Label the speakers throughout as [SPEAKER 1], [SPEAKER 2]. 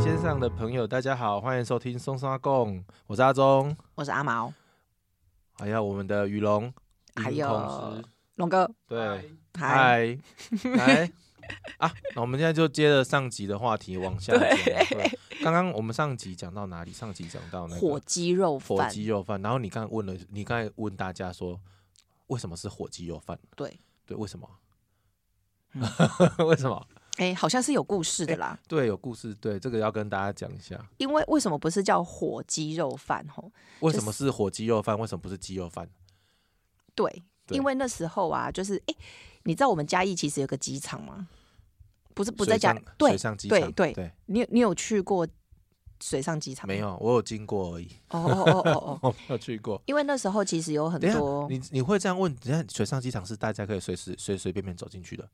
[SPEAKER 1] 线上的朋友，大家好，欢迎收听松松阿贡，我是阿忠，
[SPEAKER 2] 我是阿毛，
[SPEAKER 1] 还有我们的雨龙，
[SPEAKER 2] 还
[SPEAKER 1] 与龙同
[SPEAKER 2] 有
[SPEAKER 1] 时
[SPEAKER 2] 龙哥，
[SPEAKER 1] 对，
[SPEAKER 2] 嗨，
[SPEAKER 1] 嗨，来啊，那我们现在就接着上集的话题往下讲。对刚刚我们上集讲到哪里？上集讲到那
[SPEAKER 2] 火
[SPEAKER 1] 个
[SPEAKER 2] 鸡肉
[SPEAKER 1] 火
[SPEAKER 2] 饭，
[SPEAKER 1] 鸡肉饭，然后你刚才问了，你刚才问大家说，为什么是火鸡肉饭？
[SPEAKER 2] 对，
[SPEAKER 1] 对，为什么？
[SPEAKER 2] 嗯
[SPEAKER 1] 为什么？
[SPEAKER 2] 哎，好像是有故事的啦。
[SPEAKER 1] 对，有故事，对，这个要跟大家讲一下，
[SPEAKER 2] 因为为什么不是叫火鸡肉饭？吼，
[SPEAKER 1] 为什么是火鸡肉饭？为什么不是鸡肉饭？
[SPEAKER 2] 对，
[SPEAKER 1] 对
[SPEAKER 2] 因为那时候啊，就是哎，你知道我们嘉义其实有个机场吗？不是不
[SPEAKER 1] 水
[SPEAKER 2] 在嘉
[SPEAKER 1] 上，
[SPEAKER 2] 对
[SPEAKER 1] 水，上机
[SPEAKER 2] 对
[SPEAKER 1] 场，
[SPEAKER 2] 对
[SPEAKER 1] 对，
[SPEAKER 2] 你有你有去过水上机场吗
[SPEAKER 1] 没？有，我有经过而已，
[SPEAKER 2] 哦哦哦哦哦，
[SPEAKER 1] 我没有去过。
[SPEAKER 2] 因为那时候其实有很
[SPEAKER 1] 等一下
[SPEAKER 2] 多，，
[SPEAKER 1] 你你会这样问？等一下水上机场是大家可以随时随随便便走进去的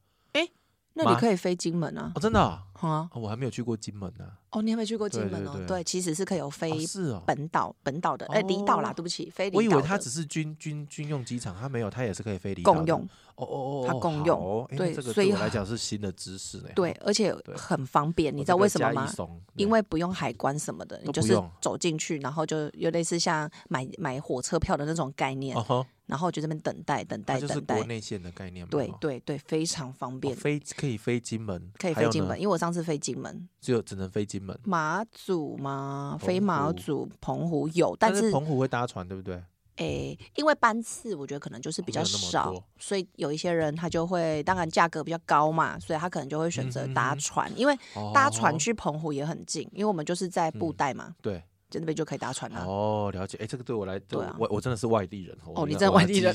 [SPEAKER 2] 那你
[SPEAKER 1] 吗
[SPEAKER 2] 可以飞金门啊，
[SPEAKER 1] 哦，真的啊、
[SPEAKER 2] 啊，
[SPEAKER 1] 哦我还没有去过金门呢、
[SPEAKER 2] 哦，你还没去过金
[SPEAKER 1] 对
[SPEAKER 2] 门
[SPEAKER 1] 对
[SPEAKER 2] 哦
[SPEAKER 1] 对，
[SPEAKER 2] 对，其实是可以有飞
[SPEAKER 1] 哦是哦，
[SPEAKER 2] 本岛本岛的，哎，离岛啦，
[SPEAKER 1] 哦
[SPEAKER 2] 对不起，飞离岛
[SPEAKER 1] 我以
[SPEAKER 2] 的。
[SPEAKER 1] 为它只是军军军用机场，它没有，它也是可以飞离岛的
[SPEAKER 2] 共用，
[SPEAKER 1] 哦。哦哦哦，
[SPEAKER 2] 它共用
[SPEAKER 1] 好哦哎那
[SPEAKER 2] 对
[SPEAKER 1] 这个
[SPEAKER 2] 所以
[SPEAKER 1] 对我来讲是新的知识呢。
[SPEAKER 2] 对，而且
[SPEAKER 1] 对
[SPEAKER 2] 很方便，
[SPEAKER 1] 我
[SPEAKER 2] 你
[SPEAKER 1] 这
[SPEAKER 2] 知道
[SPEAKER 1] 个
[SPEAKER 2] 为什么
[SPEAKER 1] 嘉义
[SPEAKER 2] 吗？
[SPEAKER 1] 怂
[SPEAKER 2] 因为不用海关什么的，你
[SPEAKER 1] 都
[SPEAKER 2] 就
[SPEAKER 1] 不
[SPEAKER 2] 是
[SPEAKER 1] 用
[SPEAKER 2] 走进去，然后就有类似像买买火车票的那种概念，
[SPEAKER 1] 哦吼，
[SPEAKER 2] 然后就这边等待等
[SPEAKER 1] 它
[SPEAKER 2] 待
[SPEAKER 1] 就是
[SPEAKER 2] 等
[SPEAKER 1] 国
[SPEAKER 2] 待，
[SPEAKER 1] 内线的概念嘛。
[SPEAKER 2] 对
[SPEAKER 1] 哦
[SPEAKER 2] 对对，非常方
[SPEAKER 1] 哦
[SPEAKER 2] 便，
[SPEAKER 1] 飞可以飞金门，
[SPEAKER 2] 可以
[SPEAKER 1] 还
[SPEAKER 2] 飞
[SPEAKER 1] 有
[SPEAKER 2] 金
[SPEAKER 1] 呢
[SPEAKER 2] 门，，因为我上次飞金门、
[SPEAKER 1] 只有只能飞金门。
[SPEAKER 2] 马祖嘛，
[SPEAKER 1] 澎
[SPEAKER 2] 飞马
[SPEAKER 1] 湖
[SPEAKER 2] 祖、澎湖有，但
[SPEAKER 1] 是
[SPEAKER 2] 是
[SPEAKER 1] 澎湖会搭船，对不对？
[SPEAKER 2] 诶、因为班次我觉得可能就是比较
[SPEAKER 1] 没有那么
[SPEAKER 2] 少
[SPEAKER 1] 多，
[SPEAKER 2] 所以有一些人他就会，当然价格比较高嘛，所以他可能就会选择
[SPEAKER 1] 嗯哼
[SPEAKER 2] 搭
[SPEAKER 1] 哼
[SPEAKER 2] 船，因为
[SPEAKER 1] 哦
[SPEAKER 2] 搭船去澎湖也很近，因为我们就是在布袋嘛，
[SPEAKER 1] 对，
[SPEAKER 2] 在那边就可以搭船啦、
[SPEAKER 1] 哦，了解。哎，这个对我来，对
[SPEAKER 2] 对啊
[SPEAKER 1] 我我真的是外地人
[SPEAKER 2] 哦，你
[SPEAKER 1] 真
[SPEAKER 2] 真的外地人、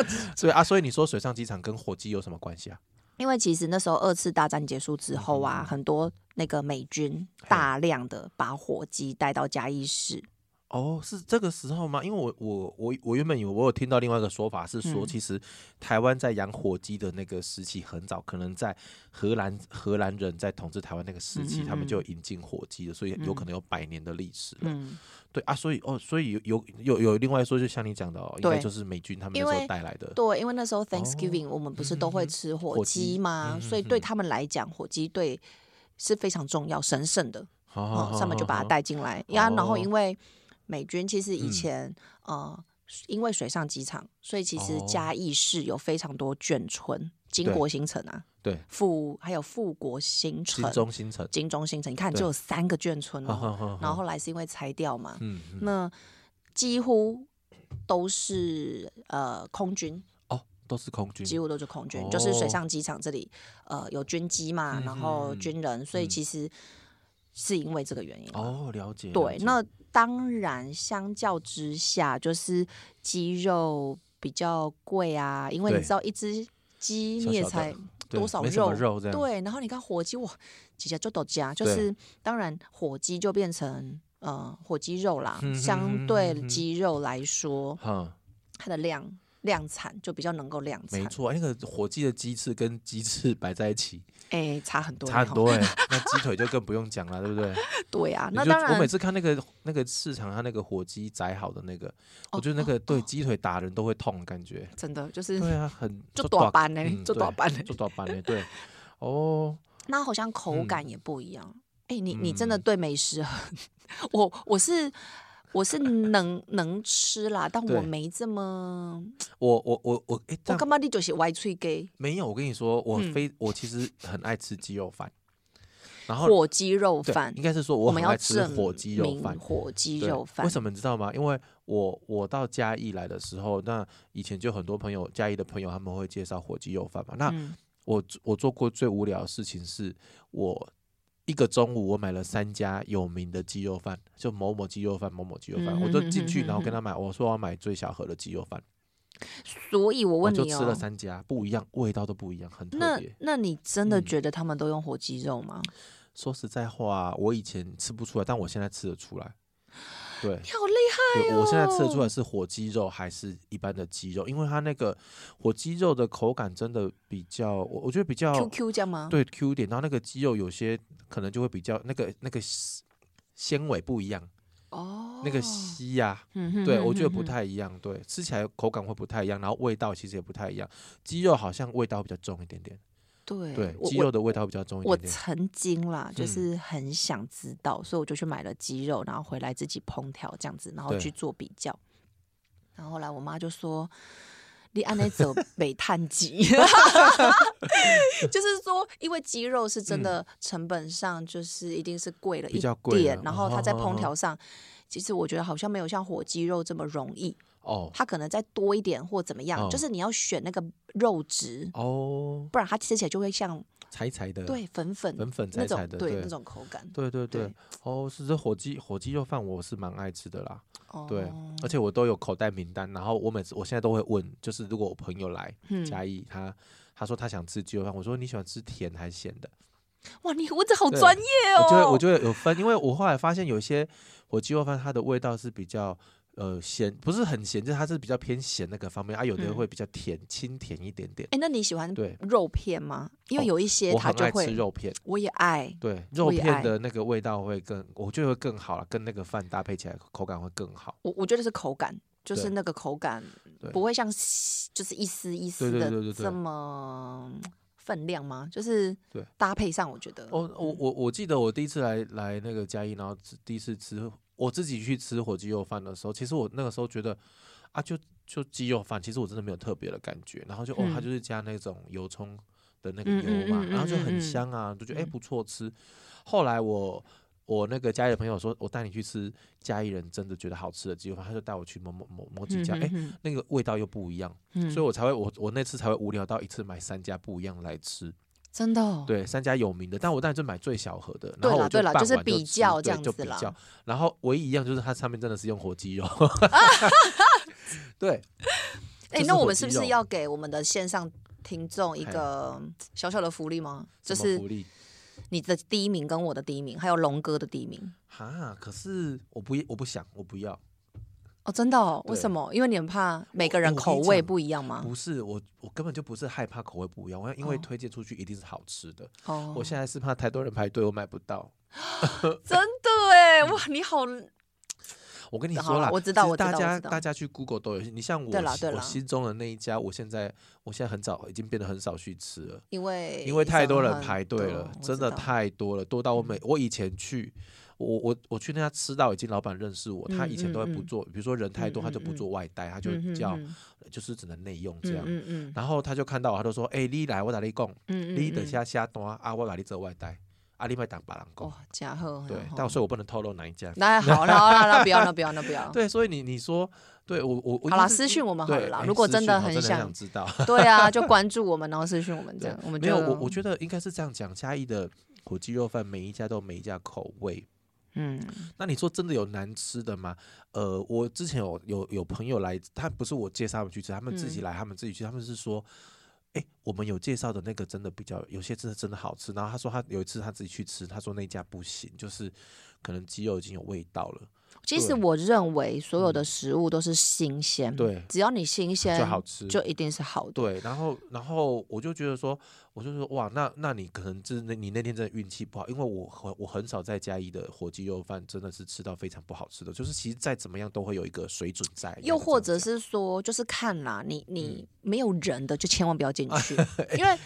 [SPEAKER 1] 对啊，所以你说水上机场跟火鸡有什么关系啊？
[SPEAKER 2] 因为其实那时候二次大战结束之后啊，很多那个美军
[SPEAKER 1] 嗯嘿
[SPEAKER 2] 大量的把火鸡带到嘉义市，
[SPEAKER 1] 哦，是这个时候吗？因为我我我我原本以为我有听到另外一个说法是说，
[SPEAKER 2] 嗯
[SPEAKER 1] 其实台湾在养火鸡的那个时期很早，可能在荷兰荷兰人在统治台湾那个时期，
[SPEAKER 2] 嗯嗯
[SPEAKER 1] 他们
[SPEAKER 2] 嗯
[SPEAKER 1] 就有引进火鸡的，所以有可能有百年的历史了。
[SPEAKER 2] 嗯，
[SPEAKER 1] 对啊，所以哦，所以有有有有另外说，就像你讲的哦，应该
[SPEAKER 2] 对
[SPEAKER 1] 就是美军他们
[SPEAKER 2] 因
[SPEAKER 1] 那时候
[SPEAKER 2] 为
[SPEAKER 1] 带来的。
[SPEAKER 2] 对，因为那时候 Thanksgiving、我
[SPEAKER 1] 哦
[SPEAKER 2] 们不是都会吃火鸡
[SPEAKER 1] 嗯
[SPEAKER 2] 吗？
[SPEAKER 1] 哼哼
[SPEAKER 2] 所以对他们来讲，火鸡对是非常重要、神圣的。
[SPEAKER 1] 好好
[SPEAKER 2] 哦，
[SPEAKER 1] 好
[SPEAKER 2] 他们就把它
[SPEAKER 1] 好
[SPEAKER 2] 带进来。呀、然后
[SPEAKER 1] 哦
[SPEAKER 2] 因为美军其实以
[SPEAKER 1] 嗯
[SPEAKER 2] 前、呃，因为水上机场，所以其实
[SPEAKER 1] 哦
[SPEAKER 2] 嘉义市有非常多眷村，金
[SPEAKER 1] 对
[SPEAKER 2] 国新城啊，
[SPEAKER 1] 对
[SPEAKER 2] 富还有富国新城
[SPEAKER 1] 新、中新城。
[SPEAKER 2] 金钟新城，你看只
[SPEAKER 1] 对
[SPEAKER 2] 有三个眷村
[SPEAKER 1] 好
[SPEAKER 2] 哦。
[SPEAKER 1] 好好
[SPEAKER 2] 然后
[SPEAKER 1] 好
[SPEAKER 2] 后来是因为拆掉嘛，
[SPEAKER 1] 嗯嗯
[SPEAKER 2] 那几乎都是呃空军，
[SPEAKER 1] 哦，都是空军。
[SPEAKER 2] 几乎都是空军，就是水
[SPEAKER 1] 哦
[SPEAKER 2] 上机场这里呃有军机嘛，然
[SPEAKER 1] 嗯
[SPEAKER 2] 后
[SPEAKER 1] 哼
[SPEAKER 2] 军人，所以
[SPEAKER 1] 嗯
[SPEAKER 2] 其实是因为这个原因啦
[SPEAKER 1] 哦，了解。了
[SPEAKER 2] 对，
[SPEAKER 1] 解
[SPEAKER 2] 那当然，相较之下，就是鸡肉比较贵啊，因为你
[SPEAKER 1] 对
[SPEAKER 2] 知道一只鸡
[SPEAKER 1] 小
[SPEAKER 2] 你也
[SPEAKER 1] 小的
[SPEAKER 2] 才
[SPEAKER 1] 对
[SPEAKER 2] 多少
[SPEAKER 1] 没什么
[SPEAKER 2] 肉
[SPEAKER 1] 肉这样。
[SPEAKER 2] 对，然后你看火鸡哇，几家就都加，就
[SPEAKER 1] 对
[SPEAKER 2] 是当然火鸡就变成呃火鸡肉啦
[SPEAKER 1] 嗯，哼
[SPEAKER 2] 相
[SPEAKER 1] 哼
[SPEAKER 2] 对
[SPEAKER 1] 哼哼
[SPEAKER 2] 鸡肉来说，
[SPEAKER 1] 哈，
[SPEAKER 2] 它的量量产就比较能够量产
[SPEAKER 1] 没，错，那个火鸡的鸡翅跟鸡翅摆在一起
[SPEAKER 2] 哎、差很多，
[SPEAKER 1] 差很。多哎、那鸡腿就更不用讲了，对不 对？
[SPEAKER 2] 对啊，
[SPEAKER 1] 你
[SPEAKER 2] 那
[SPEAKER 1] 就
[SPEAKER 2] 当
[SPEAKER 1] 我每
[SPEAKER 2] 然
[SPEAKER 1] 次看那个那个市场，它那个火鸡宰好的那个，我
[SPEAKER 2] 哦
[SPEAKER 1] 觉得那个、
[SPEAKER 2] 哦
[SPEAKER 1] 对
[SPEAKER 2] 哦
[SPEAKER 1] 鸡腿打人都会痛的感觉。
[SPEAKER 2] 真的就是
[SPEAKER 1] 对啊，很
[SPEAKER 2] 就
[SPEAKER 1] 大
[SPEAKER 2] 大班呢
[SPEAKER 1] 嗯
[SPEAKER 2] 就
[SPEAKER 1] 对
[SPEAKER 2] 大班呢
[SPEAKER 1] 就大班呢，对。哦，
[SPEAKER 2] 那好像口
[SPEAKER 1] 嗯
[SPEAKER 2] 感也不一样。哎、你你真的
[SPEAKER 1] 嗯
[SPEAKER 2] 对美食很， 我我是我是能能吃啦，但
[SPEAKER 1] 对
[SPEAKER 2] 我没这么，
[SPEAKER 1] 我我我我，哎、这
[SPEAKER 2] 我
[SPEAKER 1] 样
[SPEAKER 2] 干嘛你就是歪吹给
[SPEAKER 1] 没有，我跟你说，我
[SPEAKER 2] 嗯
[SPEAKER 1] 非、我其实很爱吃鸡肉饭，然后
[SPEAKER 2] 火鸡肉
[SPEAKER 1] 哦对
[SPEAKER 2] 饭
[SPEAKER 1] 应，该是说
[SPEAKER 2] 我
[SPEAKER 1] 我
[SPEAKER 2] 们
[SPEAKER 1] 很
[SPEAKER 2] 要
[SPEAKER 1] 爱吃
[SPEAKER 2] 证
[SPEAKER 1] 火鸡肉
[SPEAKER 2] 明
[SPEAKER 1] 饭。
[SPEAKER 2] 火鸡
[SPEAKER 1] 对
[SPEAKER 2] 肉饭
[SPEAKER 1] 为什么你知道吗？因为我我到嘉义来的时候，那以前就很多朋友嘉义的朋友他们会介绍火鸡肉饭嘛。那
[SPEAKER 2] 嗯
[SPEAKER 1] 我、我做过最无聊的事情是，我一个中午我买了三家有名的鸡肉饭，就某某鸡肉饭、某某鸡肉饭，
[SPEAKER 2] 嗯
[SPEAKER 1] 我就进去
[SPEAKER 2] 哼哼哼
[SPEAKER 1] 然后跟他买，我说我要买最小盒的鸡肉饭，
[SPEAKER 2] 所以我
[SPEAKER 1] 我
[SPEAKER 2] 问
[SPEAKER 1] 就
[SPEAKER 2] 你
[SPEAKER 1] 吃
[SPEAKER 2] 哦
[SPEAKER 1] 了、三家，不一样，味道都不一样，很特
[SPEAKER 2] 那
[SPEAKER 1] 别。
[SPEAKER 2] 那你真的
[SPEAKER 1] 嗯
[SPEAKER 2] 觉得他们都用火鸡肉吗？
[SPEAKER 1] 说实在话，我以前吃不出来，但我现在吃得出来。对，
[SPEAKER 2] 你好厉啊害！
[SPEAKER 1] 对，我现在吃得出
[SPEAKER 2] 哟
[SPEAKER 1] 来是火鸡肉还是一般的鸡肉，因为它那个火鸡肉的口感真的比较，我我觉得比较
[SPEAKER 2] Q Q 这样吗？
[SPEAKER 1] 哦对 Q 一点，然后那个鸡肉有些可能就会比较那个那个纤纤维不一样，
[SPEAKER 2] 哦，
[SPEAKER 1] 那个吸呀、
[SPEAKER 2] 嗯哼，
[SPEAKER 1] 对
[SPEAKER 2] 哼
[SPEAKER 1] 我觉得
[SPEAKER 2] 哼
[SPEAKER 1] 不
[SPEAKER 2] 哼
[SPEAKER 1] 太一样，对，吃起来口感会不太一样，然后味道其实也不太一样，鸡肉好像味道比较重一点点，
[SPEAKER 2] 对
[SPEAKER 1] 对，
[SPEAKER 2] 我
[SPEAKER 1] 鸡
[SPEAKER 2] 我
[SPEAKER 1] 肉的味道比较重一
[SPEAKER 2] 我
[SPEAKER 1] 点点。
[SPEAKER 2] 曾经啦，就
[SPEAKER 1] 嗯
[SPEAKER 2] 是很想知道，所以我就去买了鸡肉，然后回来自己烹调这样子，然后
[SPEAKER 1] 对
[SPEAKER 2] 去做比较。然后后来我妈就说：“你按那 走北碳鸡。”就是说，因为鸡肉是真的成本上就是一定是贵了
[SPEAKER 1] 嗯比
[SPEAKER 2] 一
[SPEAKER 1] 较贵
[SPEAKER 2] 点
[SPEAKER 1] 了，
[SPEAKER 2] 然后它在
[SPEAKER 1] 哦哦
[SPEAKER 2] 烹
[SPEAKER 1] 哦
[SPEAKER 2] 调上，其实我觉得好像没有像火鸡肉这么容易，
[SPEAKER 1] 哦
[SPEAKER 2] 它可能再多一点或怎么样，
[SPEAKER 1] 哦
[SPEAKER 2] 就是你要选那个肉质，
[SPEAKER 1] 哦，
[SPEAKER 2] 不然它吃起来就会像
[SPEAKER 1] 柴柴的，
[SPEAKER 2] 对粉粉
[SPEAKER 1] 粉粉柴
[SPEAKER 2] 那
[SPEAKER 1] 柴
[SPEAKER 2] 种
[SPEAKER 1] 的，
[SPEAKER 2] 对
[SPEAKER 1] 对
[SPEAKER 2] 那种口感。
[SPEAKER 1] 对对对
[SPEAKER 2] 对，
[SPEAKER 1] 哦，是这火鸡火鸡肉饭我是蛮爱吃的啦，
[SPEAKER 2] 哦
[SPEAKER 1] 对，而且我都有口袋名单，然后我每次我现在都会问，就是如果我朋友来
[SPEAKER 2] 嗯
[SPEAKER 1] 嘉义，他他说他想吃鸡肉饭，我说你喜欢吃甜还是咸的，
[SPEAKER 2] 哇，你问的好
[SPEAKER 1] 对
[SPEAKER 2] 专业哦！
[SPEAKER 1] 我觉得我觉得有分，因为我后来发现有一些火鸡肉饭它的味道是比较。呃，咸不是很咸，就是它是比较偏咸那个方面啊，有的
[SPEAKER 2] 嗯
[SPEAKER 1] 会比较甜，清甜一点点。
[SPEAKER 2] 哎，那你喜欢
[SPEAKER 1] 对
[SPEAKER 2] 肉片吗？因为
[SPEAKER 1] 哦
[SPEAKER 2] 有一些
[SPEAKER 1] 我
[SPEAKER 2] 它
[SPEAKER 1] 很
[SPEAKER 2] 就
[SPEAKER 1] 爱
[SPEAKER 2] 会，
[SPEAKER 1] 吃肉片，
[SPEAKER 2] 我也爱。
[SPEAKER 1] 对，肉
[SPEAKER 2] 也
[SPEAKER 1] 片
[SPEAKER 2] 爱
[SPEAKER 1] 的那个味道会更，我觉得会更好了，跟那个饭搭配起来口感会更好。
[SPEAKER 2] 我我觉得是口感，就是
[SPEAKER 1] 对
[SPEAKER 2] 那个口感
[SPEAKER 1] 对
[SPEAKER 2] 不会像丝就是一丝一丝
[SPEAKER 1] 对对
[SPEAKER 2] 的
[SPEAKER 1] 对对对
[SPEAKER 2] 这么分量吗？就是
[SPEAKER 1] 对
[SPEAKER 2] 搭配上，我觉得
[SPEAKER 1] 哦，我我我记得我第一次来来那个嘉义，然后吃第一次吃我自己去吃火鸡肉饭的时候，其实我那个时候觉得啊，就就鸡肉饭，其实我真的没有特别的感觉，然后就哦，它
[SPEAKER 2] 嗯
[SPEAKER 1] 就是加那种油葱的那个
[SPEAKER 2] 嗯
[SPEAKER 1] 油嘛，
[SPEAKER 2] 嗯嗯
[SPEAKER 1] 然后就
[SPEAKER 2] 嗯嗯
[SPEAKER 1] 很
[SPEAKER 2] 嗯
[SPEAKER 1] 香啊，就觉得哎、
[SPEAKER 2] 嗯
[SPEAKER 1] 不错吃。后来我。我那个嘉义的朋友说，我带你去吃嘉义人真的觉得好吃的鸡肉饭，他就带我去某某某某几家，哎、
[SPEAKER 2] 嗯
[SPEAKER 1] 那个味道又不一样，
[SPEAKER 2] 嗯
[SPEAKER 1] 所以我才会我我那次才会无聊到一次买三家不一样来吃，
[SPEAKER 2] 真的哦，
[SPEAKER 1] 对，三家有名的，但我当然就买最小盒的，然
[SPEAKER 2] 对
[SPEAKER 1] 后
[SPEAKER 2] 啦
[SPEAKER 1] 我
[SPEAKER 2] 对啦
[SPEAKER 1] 就
[SPEAKER 2] 就是
[SPEAKER 1] 是
[SPEAKER 2] 比较这
[SPEAKER 1] 对
[SPEAKER 2] 样
[SPEAKER 1] 就
[SPEAKER 2] 子
[SPEAKER 1] 比
[SPEAKER 2] 啦
[SPEAKER 1] 较，然后唯一一样就是它上面真的是用火鸡 肉， 对，
[SPEAKER 2] 哎
[SPEAKER 1] 就，是
[SPEAKER 2] 那我
[SPEAKER 1] 火
[SPEAKER 2] 们是不
[SPEAKER 1] 鸡
[SPEAKER 2] 是
[SPEAKER 1] 肉
[SPEAKER 2] 要给我们的线上听众一
[SPEAKER 1] 嘿
[SPEAKER 2] 个小小的福利吗？就
[SPEAKER 1] 什么
[SPEAKER 2] 是
[SPEAKER 1] 福利
[SPEAKER 2] 你的第一名跟我的第一名，还有龙哥的第一名。
[SPEAKER 1] 哈，可是我不我不想我不要，
[SPEAKER 2] 哦，真的哦？
[SPEAKER 1] 对
[SPEAKER 2] 为什么？因为你们怕每个人
[SPEAKER 1] 我跟你
[SPEAKER 2] 口味
[SPEAKER 1] 讲
[SPEAKER 2] 不一样吗？
[SPEAKER 1] 不是我我根本就不是害怕口味不一样，我要因为
[SPEAKER 2] 哦
[SPEAKER 1] 推荐出去一定是好吃的，
[SPEAKER 2] 哦，
[SPEAKER 1] 我现在是怕太多人排队我买不到，
[SPEAKER 2] 真 的哎，哇，你好，
[SPEAKER 1] 我跟你
[SPEAKER 2] 好
[SPEAKER 1] 说
[SPEAKER 2] 啦
[SPEAKER 1] 啦，
[SPEAKER 2] 我知道
[SPEAKER 1] 其实
[SPEAKER 2] 我知
[SPEAKER 1] 大
[SPEAKER 2] 道我
[SPEAKER 1] 家
[SPEAKER 2] 知道
[SPEAKER 1] 大家去 Google 都有，你像我
[SPEAKER 2] 对啦对
[SPEAKER 1] 我
[SPEAKER 2] 啦
[SPEAKER 1] 心中的那一家，我现在我现在很早已经变得很少去吃了。
[SPEAKER 2] 因为
[SPEAKER 1] 因为太多人
[SPEAKER 2] 很
[SPEAKER 1] 排队了，
[SPEAKER 2] 多
[SPEAKER 1] 真的
[SPEAKER 2] 我知道嗯
[SPEAKER 1] 太多了，多到我每我以前去，我我我去那家吃到已经老板认识我，他以前都会不
[SPEAKER 2] 嗯嗯嗯
[SPEAKER 1] 做，比如说人太多
[SPEAKER 2] 嗯嗯
[SPEAKER 1] 他就不做外带，他就叫
[SPEAKER 2] 嗯
[SPEAKER 1] 就是只能内用
[SPEAKER 2] 嗯
[SPEAKER 1] 这样。
[SPEAKER 2] 嗯嗯
[SPEAKER 1] 然后他就看到我，他就说：“哎，你来，我打你讲，
[SPEAKER 2] 嗯，
[SPEAKER 1] 你等
[SPEAKER 2] 嗯。
[SPEAKER 1] 下下单啊，我把你做外带，啊，你卖打别人
[SPEAKER 2] 哦
[SPEAKER 1] 讲。，
[SPEAKER 2] 加贺
[SPEAKER 1] 对，但所以我不能透露哪一家。
[SPEAKER 2] 那好了好了，那不要那不要那不要，
[SPEAKER 1] 对，所以你你说，对我我我
[SPEAKER 2] 好啦，
[SPEAKER 1] 就是
[SPEAKER 2] 私讯我们好
[SPEAKER 1] 对
[SPEAKER 2] 了啦
[SPEAKER 1] 哎。
[SPEAKER 2] 如果
[SPEAKER 1] 私
[SPEAKER 2] 真
[SPEAKER 1] 讯
[SPEAKER 2] 的
[SPEAKER 1] 好
[SPEAKER 2] 很
[SPEAKER 1] 真的很
[SPEAKER 2] 想
[SPEAKER 1] 想，知道，
[SPEAKER 2] 对啊，就关注我们，然后私讯我们这
[SPEAKER 1] 对
[SPEAKER 2] 样， 我们
[SPEAKER 1] 没
[SPEAKER 2] 就
[SPEAKER 1] 有，我我觉得应该是这样讲，嘉义的火鸡肉饭每一家都有每一家口味。
[SPEAKER 2] 嗯
[SPEAKER 1] 那你说真的有难吃的吗？呃，我之前有有有朋友来，他不是我介绍他们去吃，他们自己
[SPEAKER 2] 嗯
[SPEAKER 1] 来，他们自己去，他们是说。哎、我们有介绍的那个真的比较，有些真的真的好吃。然后他说他有一次他自己去吃，他说那家不行，就是可能鸡肉已经有味道了，
[SPEAKER 2] 其实我认为所有的食物都是新鲜，
[SPEAKER 1] 嗯对
[SPEAKER 2] 只要你新鲜
[SPEAKER 1] 就好吃。
[SPEAKER 2] 就一定是好的。
[SPEAKER 1] 对，然后然后我就觉得说，我就说哇，那那你可能真的你那天真的运气不好，因为我很我很少在嘉义的火鸡肉饭真的是吃到非常不好吃的，就是其实再怎么样都会有一个水准在。应该
[SPEAKER 2] 又
[SPEAKER 1] 这
[SPEAKER 2] 或
[SPEAKER 1] 样讲
[SPEAKER 2] 者
[SPEAKER 1] 嗯
[SPEAKER 2] 是说，就是看啦，你你没有人的就千万不要进 去，因为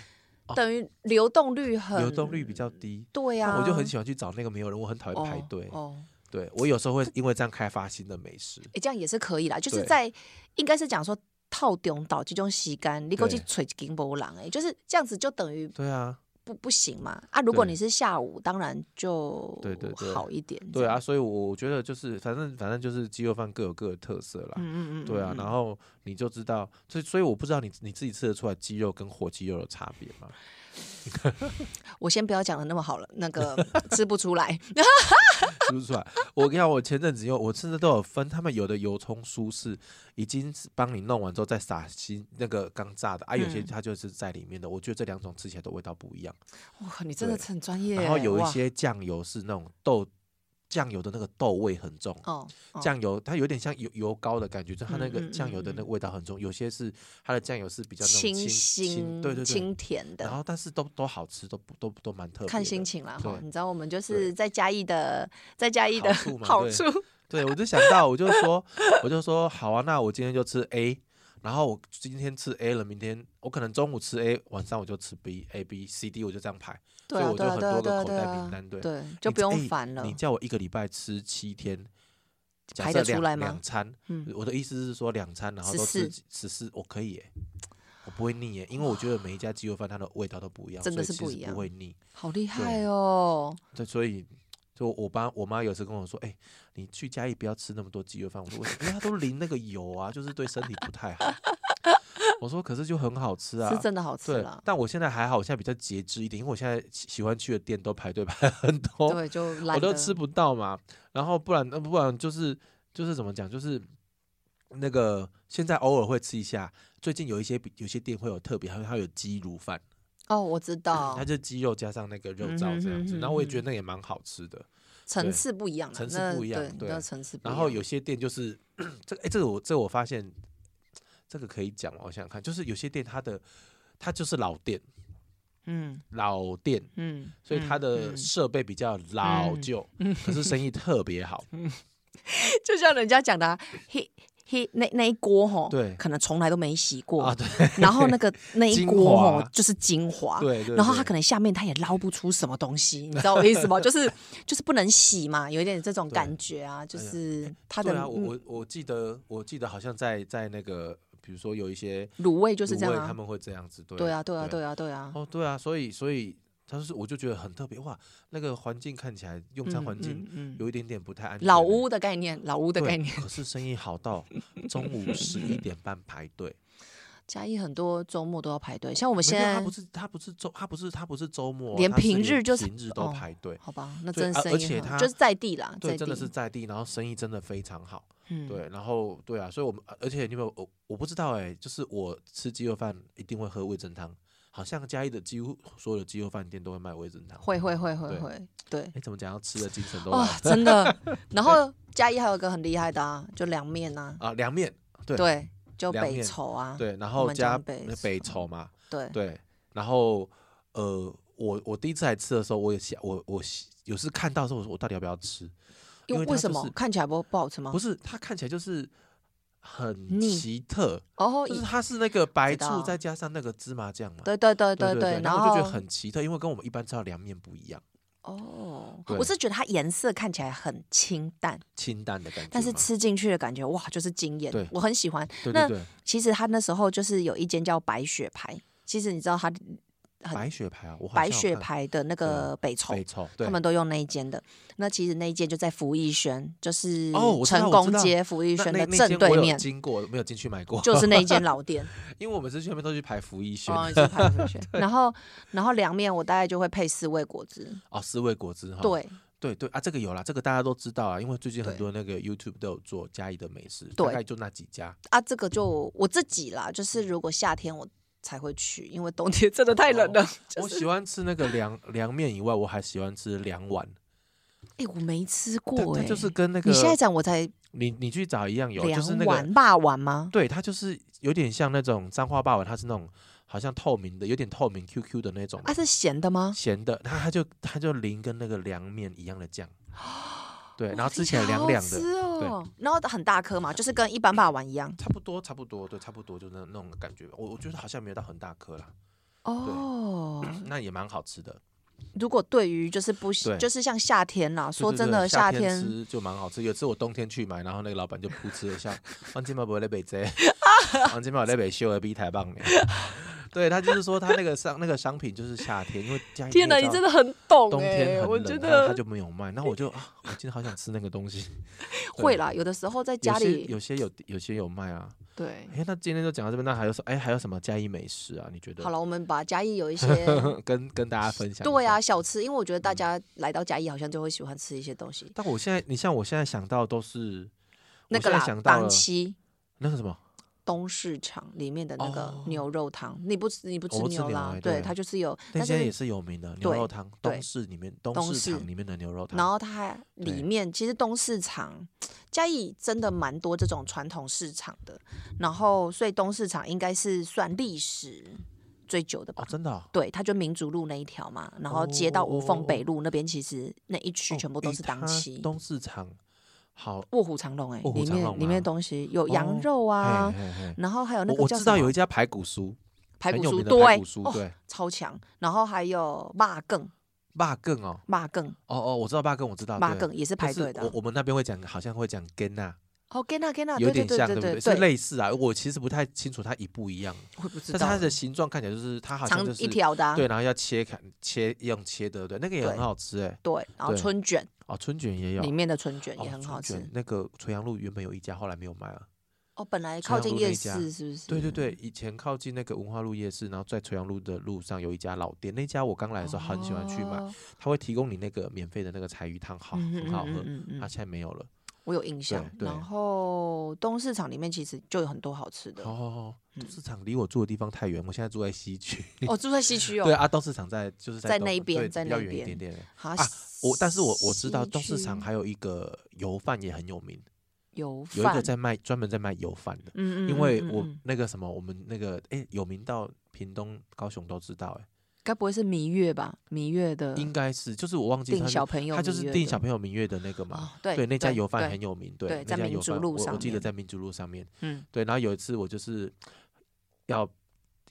[SPEAKER 2] 等于流动率很
[SPEAKER 1] 哦流动率比较低，
[SPEAKER 2] 对
[SPEAKER 1] 那
[SPEAKER 2] 啊，
[SPEAKER 1] 我就很喜欢去找那个没有人，我很讨厌排
[SPEAKER 2] 哦
[SPEAKER 1] 队。
[SPEAKER 2] 哦，
[SPEAKER 1] 对我有时候会因为这样开发新的美食，
[SPEAKER 2] 诶这样也是可以啦，就是
[SPEAKER 1] 对
[SPEAKER 2] 在应该是讲说套中岛这种时间，你过去
[SPEAKER 1] 对
[SPEAKER 2] 吹金波浪哎，就是这样子就等于
[SPEAKER 1] 对啊，
[SPEAKER 2] 不不行嘛啊！如果
[SPEAKER 1] 对
[SPEAKER 2] 你是下午，当然就
[SPEAKER 1] 对对对
[SPEAKER 2] 好一点，
[SPEAKER 1] 对啊，，所以我觉得就是反正反正就是鸡肉饭各有各的特色啦。
[SPEAKER 2] 嗯嗯嗯，
[SPEAKER 1] 对啊
[SPEAKER 2] 嗯，
[SPEAKER 1] 然后你就知道，所以所以我不知道你你自己吃得出来鸡肉跟火鸡肉的差别吗？
[SPEAKER 2] 我先不要讲的那么好了，那个 吃不出 来，
[SPEAKER 1] 吃不出来。我跟你讲，我前阵子用，我甚至都有分，他们有的油葱酥是已经是帮你弄完之后再撒新那个刚炸的啊，有些
[SPEAKER 2] 嗯
[SPEAKER 1] 它就是在里面的。我觉得这两种吃起来的味道不一样。
[SPEAKER 2] 哇，你真的
[SPEAKER 1] 对
[SPEAKER 2] 很专业耶，欸
[SPEAKER 1] 然后有一
[SPEAKER 2] 哇
[SPEAKER 1] 些酱油是那种豆酱油的那个豆味很重。
[SPEAKER 2] 哦，哦
[SPEAKER 1] 酱油它有点像油油膏的感觉，就它那
[SPEAKER 2] 嗯嗯
[SPEAKER 1] 个
[SPEAKER 2] 嗯
[SPEAKER 1] 酱油的那个味道很重。有些是它的酱油是比较那种
[SPEAKER 2] 清
[SPEAKER 1] 清
[SPEAKER 2] 新、
[SPEAKER 1] 对对对。
[SPEAKER 2] 清甜
[SPEAKER 1] 然
[SPEAKER 2] 的，
[SPEAKER 1] 后但是都都好吃，都不都都蛮特别的。
[SPEAKER 2] 看心情啦。哈
[SPEAKER 1] 对，
[SPEAKER 2] 你知道我们就是在嘉义的，在嘉义的
[SPEAKER 1] 好处嘛
[SPEAKER 2] 好
[SPEAKER 1] 对
[SPEAKER 2] 处，
[SPEAKER 1] 对，我就想到，我就说，我就说，好啊，那我今天就吃 A，然后我今天吃 A 了，明天我可能中午吃 A，晚上我就吃 B A B C D，我就这样排，所
[SPEAKER 2] 对啊
[SPEAKER 1] 以我就
[SPEAKER 2] 对啊
[SPEAKER 1] 很
[SPEAKER 2] 对啊
[SPEAKER 1] 多
[SPEAKER 2] 对
[SPEAKER 1] 个
[SPEAKER 2] 啊
[SPEAKER 1] 口
[SPEAKER 2] 对
[SPEAKER 1] 袋
[SPEAKER 2] 啊
[SPEAKER 1] 名单，对。
[SPEAKER 2] 对，就
[SPEAKER 1] 你
[SPEAKER 2] 不用
[SPEAKER 1] 哎
[SPEAKER 2] 烦了
[SPEAKER 1] 你。叫我一个礼拜吃七天，假
[SPEAKER 2] 排
[SPEAKER 1] 设
[SPEAKER 2] 得出
[SPEAKER 1] 两
[SPEAKER 2] 来吗
[SPEAKER 1] 两餐，
[SPEAKER 2] 嗯
[SPEAKER 1] 我的意思是说两餐，然后都吃
[SPEAKER 2] 14
[SPEAKER 1] 十四，我可以耶，我不会腻耶，因为我觉得每一家鸡肉饭它的味道都不一样，
[SPEAKER 2] 真的
[SPEAKER 1] 所以
[SPEAKER 2] 是不
[SPEAKER 1] 其实
[SPEAKER 2] 一样
[SPEAKER 1] 不会腻。
[SPEAKER 2] 好厉害
[SPEAKER 1] 对
[SPEAKER 2] 哦！
[SPEAKER 1] 对，所以就我爸我妈有时跟我说，哎、你去嘉义不要吃那么多鸡肉饭。我说为什么？因为它都淋那个油啊，就是对身体不太好。我说可是就很好吃啊，
[SPEAKER 2] 是真的好吃
[SPEAKER 1] 对
[SPEAKER 2] 啦，。
[SPEAKER 1] 但我现在还好，我现在比较节制一点，因为我现在喜喜欢去的店都排队排很多，
[SPEAKER 2] 对，就
[SPEAKER 1] 哦
[SPEAKER 2] 懒
[SPEAKER 1] 我都
[SPEAKER 2] 得
[SPEAKER 1] 吃不到嘛。然后不然，呃不然就是就是怎么讲，就是那个现在偶尔会吃一下。最近有一些比有些店会有特别，它它有鸡卤饭，
[SPEAKER 2] 哦，我知道
[SPEAKER 1] 它，就鸡肉加上那个肉燥这样
[SPEAKER 2] 嗯哼
[SPEAKER 1] 子。
[SPEAKER 2] 哼
[SPEAKER 1] 然后我也
[SPEAKER 2] 哼
[SPEAKER 1] 觉得那也蛮好吃的。
[SPEAKER 2] 层
[SPEAKER 1] 对
[SPEAKER 2] 次不一样啦，
[SPEAKER 1] 层次
[SPEAKER 2] 那
[SPEAKER 1] 不一样
[SPEAKER 2] 对，
[SPEAKER 1] 对
[SPEAKER 2] 那层次不一
[SPEAKER 1] 然
[SPEAKER 2] 样。
[SPEAKER 1] 后有些店就是， 这个哎、这个我这个我发现，这个可以讲吗？我想想看，就是有些店它的它就是老店，
[SPEAKER 2] 嗯
[SPEAKER 1] 老店，
[SPEAKER 2] 嗯，
[SPEAKER 1] 所以它
[SPEAKER 2] 嗯
[SPEAKER 1] 的
[SPEAKER 2] 嗯
[SPEAKER 1] 设备比较老旧，可是生意特别 好。
[SPEAKER 2] 就像人家讲的、啊，嘿嘿，那那一锅吼，
[SPEAKER 1] 对
[SPEAKER 2] 可能从来都没洗过，
[SPEAKER 1] 啊，对
[SPEAKER 2] 然后那个那一
[SPEAKER 1] 精
[SPEAKER 2] 锅
[SPEAKER 1] 华
[SPEAKER 2] 吼就是精华，
[SPEAKER 1] 对对，
[SPEAKER 2] 然后它
[SPEAKER 1] 对
[SPEAKER 2] 可能下面它也捞不出什么东西，你知道我意思 吗？就是就是不能洗嘛，有一点这种
[SPEAKER 1] 对哎
[SPEAKER 2] 感觉啊，就是它
[SPEAKER 1] 对
[SPEAKER 2] 的
[SPEAKER 1] 啊，我
[SPEAKER 2] 嗯
[SPEAKER 1] 我我记得我记得好像在在那个，比如说有一些
[SPEAKER 2] 卤味就是
[SPEAKER 1] 卤
[SPEAKER 2] 这样
[SPEAKER 1] 味他
[SPEAKER 2] 啊，
[SPEAKER 1] 们会这样子，对
[SPEAKER 2] 对啊，对啊，对啊，对啊，
[SPEAKER 1] 哦对啊，所以所以他就是我就觉得很特别哇，那个环境看起来用餐环境
[SPEAKER 2] 嗯嗯
[SPEAKER 1] 有一点点不太安全
[SPEAKER 2] 老
[SPEAKER 1] 欸
[SPEAKER 2] 屋的概念，老屋的
[SPEAKER 1] 对，
[SPEAKER 2] 概念，
[SPEAKER 1] 可是生意好到中午十一点半排队。
[SPEAKER 2] 嘉义很多周末都要排队，像 我
[SPEAKER 1] 我
[SPEAKER 2] 们现
[SPEAKER 1] 他
[SPEAKER 2] 在
[SPEAKER 1] 不是他不是周他不是他不是周末哦，
[SPEAKER 2] 连
[SPEAKER 1] 他是
[SPEAKER 2] 平日就是
[SPEAKER 1] 平日都
[SPEAKER 2] 哦
[SPEAKER 1] 排队。
[SPEAKER 2] 好吧，那
[SPEAKER 1] 对
[SPEAKER 2] 真
[SPEAKER 1] 啊
[SPEAKER 2] 的生
[SPEAKER 1] 而
[SPEAKER 2] 意
[SPEAKER 1] 且
[SPEAKER 2] 很
[SPEAKER 1] 它
[SPEAKER 2] 就是在地啦，
[SPEAKER 1] 对，
[SPEAKER 2] 在地
[SPEAKER 1] 真的是在地，然后生意真的非常好。
[SPEAKER 2] 嗯，
[SPEAKER 1] 对，然后对啊，所以我们而且你有没有我我不知道哎、就是我吃鸡肉饭一定会喝味噌汤，好像嘉义的几乎所有的鸡肉饭店都会卖味噌汤。
[SPEAKER 2] 会会会会
[SPEAKER 1] 对
[SPEAKER 2] 会，对。
[SPEAKER 1] 哎，怎么讲？要吃的精神都
[SPEAKER 2] 哇、
[SPEAKER 1] 来
[SPEAKER 2] 哦，真 的。然后嘉义还有一个很厉害的啊，就凉面呐、
[SPEAKER 1] 啊，凉面
[SPEAKER 2] 啊，
[SPEAKER 1] 对
[SPEAKER 2] 对，就
[SPEAKER 1] 凉
[SPEAKER 2] 北
[SPEAKER 1] 面
[SPEAKER 2] 丑啊，
[SPEAKER 1] 对，然
[SPEAKER 2] 我
[SPEAKER 1] 后
[SPEAKER 2] 们
[SPEAKER 1] 加呃
[SPEAKER 2] 讲北
[SPEAKER 1] 北丑嘛，
[SPEAKER 2] 对
[SPEAKER 1] 对，然后呃，我我第一次来吃的时候，我也想，我我有时看到的时候，我说我到底要不要吃？因
[SPEAKER 2] 因
[SPEAKER 1] 为
[SPEAKER 2] 为
[SPEAKER 1] 它
[SPEAKER 2] 为什
[SPEAKER 1] 就
[SPEAKER 2] 么、
[SPEAKER 1] 是
[SPEAKER 2] 看起来不不好吃吗
[SPEAKER 1] 不？是，它看起来就是很
[SPEAKER 2] 腻
[SPEAKER 1] 奇特，
[SPEAKER 2] 哦，
[SPEAKER 1] 就是
[SPEAKER 2] 一
[SPEAKER 1] 它是那个白
[SPEAKER 2] 知道
[SPEAKER 1] 醋再加上那个芝麻酱嘛。
[SPEAKER 2] 对对对
[SPEAKER 1] 对
[SPEAKER 2] 对，
[SPEAKER 1] 然
[SPEAKER 2] 然
[SPEAKER 1] 后
[SPEAKER 2] 后
[SPEAKER 1] 就觉得很奇特，因为跟我们一般吃到凉面不一样，
[SPEAKER 2] 哦，
[SPEAKER 1] 对
[SPEAKER 2] 我是觉得它颜色看起来很清淡，
[SPEAKER 1] 清淡的感觉嘛。
[SPEAKER 2] 但是吃进去的感觉哇，就是惊艳
[SPEAKER 1] 对，
[SPEAKER 2] 我很喜欢。
[SPEAKER 1] 对对
[SPEAKER 2] 那
[SPEAKER 1] 对，
[SPEAKER 2] 其实他那时候就是有一间叫白雪牌，其实你知道他很
[SPEAKER 1] 白雪牌啊，我好像
[SPEAKER 2] 白
[SPEAKER 1] 有
[SPEAKER 2] 雪
[SPEAKER 1] 看
[SPEAKER 2] 牌的那个北丑
[SPEAKER 1] 北。丑，对
[SPEAKER 2] 他们都用那一间的，那其实那一间就在福义轩，就是
[SPEAKER 1] 哦我知道
[SPEAKER 2] 成
[SPEAKER 1] 我
[SPEAKER 2] 功
[SPEAKER 1] 知道
[SPEAKER 2] 街福义
[SPEAKER 1] 那
[SPEAKER 2] 轩
[SPEAKER 1] 那
[SPEAKER 2] 的
[SPEAKER 1] 那
[SPEAKER 2] 正
[SPEAKER 1] 间我
[SPEAKER 2] 对
[SPEAKER 1] 有
[SPEAKER 2] 面，
[SPEAKER 1] 经过没有进去买过，
[SPEAKER 2] 就是那一 间老店。
[SPEAKER 1] 因为我们是去那边都去排福一轩
[SPEAKER 2] 哦，就排 福义轩。然后，然后凉面我大概就会配四味果汁，
[SPEAKER 1] 哦，四味果汁哈，
[SPEAKER 2] 对
[SPEAKER 1] 对对啊，这个有啦，这个大家都知道啊，因为最近很
[SPEAKER 2] 对
[SPEAKER 1] 多那个 YouTube 都有做嘉义的美食，大
[SPEAKER 2] 对
[SPEAKER 1] 概就那几家，
[SPEAKER 2] 啊，这个就我自己啦，就是如果夏天我才会去，因为冬天真的太冷了。就
[SPEAKER 1] 我
[SPEAKER 2] 是
[SPEAKER 1] 喜欢吃那个凉凉面以外，我还喜欢吃凉碗，
[SPEAKER 2] 哎，我没吃
[SPEAKER 1] 它
[SPEAKER 2] 过
[SPEAKER 1] 它
[SPEAKER 2] 哎，
[SPEAKER 1] 就是跟那个
[SPEAKER 2] 你现在讲我才
[SPEAKER 1] 你你去找一样有，就是
[SPEAKER 2] 凉
[SPEAKER 1] 那个
[SPEAKER 2] 碗霸碗吗？
[SPEAKER 1] 对，它就是有点像那种彰化霸王，它是那种好像透明的，有点透明 QQ 的那种
[SPEAKER 2] 啊，是咸的吗？
[SPEAKER 1] 咸的，它它就它就淋跟那个凉面一样的酱，对，然后
[SPEAKER 2] 哦哇
[SPEAKER 1] 吃起来凉凉的，，
[SPEAKER 2] 听好好吃哦然后很大颗嘛，就是跟一般霸碗一样。
[SPEAKER 1] 差不多差不多对，差不多就那那种感觉，我我觉得好像没有到很大颗啦，
[SPEAKER 2] 哦，
[SPEAKER 1] 那也蛮好吃的。
[SPEAKER 2] 如果对于就是不
[SPEAKER 1] 对
[SPEAKER 2] 喜，就是像夏天啦，说
[SPEAKER 1] 对对
[SPEAKER 2] 真
[SPEAKER 1] 对
[SPEAKER 2] 的，
[SPEAKER 1] 夏
[SPEAKER 2] 夏天
[SPEAKER 1] 吃就蛮好吃。有一次我冬天去买，然后那个老板就噗嗤一笑， 王金宝不会在北 贼，王金宝在北秀的比台棒呢。 对他就是说他那个商那个商品就是夏天，因为家里
[SPEAKER 2] 天哪，
[SPEAKER 1] 哪，
[SPEAKER 2] 你真的很懂
[SPEAKER 1] 冬
[SPEAKER 2] 哎
[SPEAKER 1] 天，很
[SPEAKER 2] 我
[SPEAKER 1] 冷，
[SPEAKER 2] 觉
[SPEAKER 1] 然后
[SPEAKER 2] 得
[SPEAKER 1] 他就没有卖。那我就啊，我今天好想吃那个东西。
[SPEAKER 2] 会啦，有的时候在
[SPEAKER 1] 有
[SPEAKER 2] 家
[SPEAKER 1] 些
[SPEAKER 2] 里
[SPEAKER 1] 有些有有些有卖啊。
[SPEAKER 2] 对。
[SPEAKER 1] 哎，那今天就讲到这边，那还有什哎还有什么嘉义美食啊？你觉得？
[SPEAKER 2] 好了，我们把嘉义 有一些
[SPEAKER 1] 跟跟大家分享。
[SPEAKER 2] 对啊，小吃，因为我觉得大
[SPEAKER 1] 嗯
[SPEAKER 2] 家来到嘉义好像就会喜欢吃一些东西，
[SPEAKER 1] 但我现在，你像我现在想到都是
[SPEAKER 2] 那
[SPEAKER 1] 我
[SPEAKER 2] 个
[SPEAKER 1] 现
[SPEAKER 2] 啦
[SPEAKER 1] 在想，到
[SPEAKER 2] 当
[SPEAKER 1] 了
[SPEAKER 2] 期
[SPEAKER 1] 那个什么，
[SPEAKER 2] 东市场里面的那个
[SPEAKER 1] 哦
[SPEAKER 2] 牛肉汤，你不吃你不吃
[SPEAKER 1] 我不吃
[SPEAKER 2] 牛
[SPEAKER 1] 牛
[SPEAKER 2] 啦
[SPEAKER 1] 哎，对
[SPEAKER 2] 对，它就是有，
[SPEAKER 1] 那
[SPEAKER 2] 但
[SPEAKER 1] 间
[SPEAKER 2] 是
[SPEAKER 1] 也是有名的牛
[SPEAKER 2] 对
[SPEAKER 1] 肉汤，
[SPEAKER 2] 对
[SPEAKER 1] 东市里面
[SPEAKER 2] 东
[SPEAKER 1] 东市
[SPEAKER 2] 市
[SPEAKER 1] 场里面的牛肉汤。
[SPEAKER 2] 然后它还
[SPEAKER 1] 对
[SPEAKER 2] 里面其实东市场，嘉义真的蛮多这种传统市场的，然后所以东市场应该是算历史最久的吧
[SPEAKER 1] 哦，。真的哦、
[SPEAKER 2] 对，它就民族路那一条嘛，然后接到
[SPEAKER 1] 哦哦
[SPEAKER 2] 五
[SPEAKER 1] 哦
[SPEAKER 2] 凤
[SPEAKER 1] 哦
[SPEAKER 2] 北路那边，其实那一区
[SPEAKER 1] 哦
[SPEAKER 2] 全部都
[SPEAKER 1] 诶
[SPEAKER 2] 是当
[SPEAKER 1] 它
[SPEAKER 2] 期。
[SPEAKER 1] 东市场好，
[SPEAKER 2] 卧虎藏龙哎、
[SPEAKER 1] 卧虎
[SPEAKER 2] 里
[SPEAKER 1] 藏龙
[SPEAKER 2] 面里面
[SPEAKER 1] 啊
[SPEAKER 2] 的东西有
[SPEAKER 1] 哦
[SPEAKER 2] 羊肉啊，
[SPEAKER 1] 嘿嘿嘿
[SPEAKER 2] 然后还有那
[SPEAKER 1] 我
[SPEAKER 2] 个
[SPEAKER 1] 我
[SPEAKER 2] 叫
[SPEAKER 1] 知
[SPEAKER 2] 什
[SPEAKER 1] 道
[SPEAKER 2] 么
[SPEAKER 1] 有一家排骨酥，
[SPEAKER 2] 排
[SPEAKER 1] 很
[SPEAKER 2] 骨
[SPEAKER 1] 有
[SPEAKER 2] 酥，
[SPEAKER 1] 名的排
[SPEAKER 2] 对
[SPEAKER 1] 骨，酥，
[SPEAKER 2] 哦，
[SPEAKER 1] 对，
[SPEAKER 2] 超强。然后还有霸更，
[SPEAKER 1] 霸更哦，
[SPEAKER 2] 霸更，
[SPEAKER 1] 哦哦，我知道霸更，我知道
[SPEAKER 2] 霸
[SPEAKER 1] 对
[SPEAKER 2] 更也是
[SPEAKER 1] 但
[SPEAKER 2] 排
[SPEAKER 1] 是
[SPEAKER 2] 队的
[SPEAKER 1] 我。我们那边会讲，好像会讲跟呐，
[SPEAKER 2] 哦，Gena Gena，
[SPEAKER 1] 有
[SPEAKER 2] 对对
[SPEAKER 1] 点
[SPEAKER 2] 对
[SPEAKER 1] 像，
[SPEAKER 2] 对
[SPEAKER 1] 不对？是
[SPEAKER 2] 对，
[SPEAKER 1] 类似啊，我其实不太清楚它一不一样，
[SPEAKER 2] 我不知
[SPEAKER 1] 但是
[SPEAKER 2] 道
[SPEAKER 1] 它的形状看起来就是它好像
[SPEAKER 2] 长
[SPEAKER 1] 就是
[SPEAKER 2] 一条的啊，
[SPEAKER 1] 对，然后要切开切用切的，对，那个也很
[SPEAKER 2] 对
[SPEAKER 1] 好吃哎。
[SPEAKER 2] 对，然后
[SPEAKER 1] 对
[SPEAKER 2] 春卷
[SPEAKER 1] 哦，春卷也有
[SPEAKER 2] 里，面的春卷
[SPEAKER 1] 哦
[SPEAKER 2] 也很
[SPEAKER 1] 春
[SPEAKER 2] 好吃
[SPEAKER 1] 卷。那个垂杨路原本有一家，后来没有卖了。
[SPEAKER 2] 哦，本来
[SPEAKER 1] 垂
[SPEAKER 2] 靠
[SPEAKER 1] 杨
[SPEAKER 2] 近
[SPEAKER 1] 路
[SPEAKER 2] 夜
[SPEAKER 1] 那家
[SPEAKER 2] 市是不是？
[SPEAKER 1] 对对对，以前靠近那个文化路夜市，然后在垂杨路的路上有一家老店，那家我刚来的时候很喜欢去买，
[SPEAKER 2] 哦，
[SPEAKER 1] 他会提供你那个免费的那个柴鱼汤，好，
[SPEAKER 2] 嗯
[SPEAKER 1] 很好喝。
[SPEAKER 2] 嗯嗯嗯
[SPEAKER 1] 啊，
[SPEAKER 2] 嗯，
[SPEAKER 1] 现在没有了。
[SPEAKER 2] 我有印象。
[SPEAKER 1] 对
[SPEAKER 2] 然后东市场里面其实就有很多好吃的。
[SPEAKER 1] 哦，东
[SPEAKER 2] 嗯
[SPEAKER 1] 市场离我住的地方太远，我现在住在西区。
[SPEAKER 2] 哦，住在西区哦
[SPEAKER 1] 对，啊，东市场在就是
[SPEAKER 2] 在
[SPEAKER 1] 东
[SPEAKER 2] 那
[SPEAKER 1] 对
[SPEAKER 2] 边
[SPEAKER 1] 比
[SPEAKER 2] 在
[SPEAKER 1] 较
[SPEAKER 2] 那
[SPEAKER 1] 远一
[SPEAKER 2] 边
[SPEAKER 1] 点点。
[SPEAKER 2] 好
[SPEAKER 1] 啊我但是我我知道
[SPEAKER 2] 西
[SPEAKER 1] 东市场
[SPEAKER 2] 区
[SPEAKER 1] 还有一个油饭也很有名，
[SPEAKER 2] 有
[SPEAKER 1] 有一个
[SPEAKER 2] 饭，
[SPEAKER 1] 在卖专门在卖油饭的。
[SPEAKER 2] 嗯嗯，
[SPEAKER 1] 因为
[SPEAKER 2] 嗯嗯
[SPEAKER 1] 我
[SPEAKER 2] 嗯
[SPEAKER 1] 那个什么，我们那个哎、有名到屏东、高雄都知道哎、
[SPEAKER 2] 该不会是芈月吧？芈月的
[SPEAKER 1] 应该是就是我忘记
[SPEAKER 2] 定
[SPEAKER 1] 他
[SPEAKER 2] 嗯小
[SPEAKER 1] 是
[SPEAKER 2] 朋友芈月
[SPEAKER 1] 他
[SPEAKER 2] 的，
[SPEAKER 1] 就是定小朋友明月的那个嘛，
[SPEAKER 2] 哦，对
[SPEAKER 1] 那家油饭
[SPEAKER 2] 对
[SPEAKER 1] 很有名，对，
[SPEAKER 2] 对
[SPEAKER 1] 那
[SPEAKER 2] 在
[SPEAKER 1] 家
[SPEAKER 2] 民
[SPEAKER 1] 油
[SPEAKER 2] 族
[SPEAKER 1] 饭
[SPEAKER 2] 路
[SPEAKER 1] 我我
[SPEAKER 2] 上
[SPEAKER 1] 记得
[SPEAKER 2] 面
[SPEAKER 1] 在民族路上面，
[SPEAKER 2] 嗯，
[SPEAKER 1] 对，然后有一次我就是要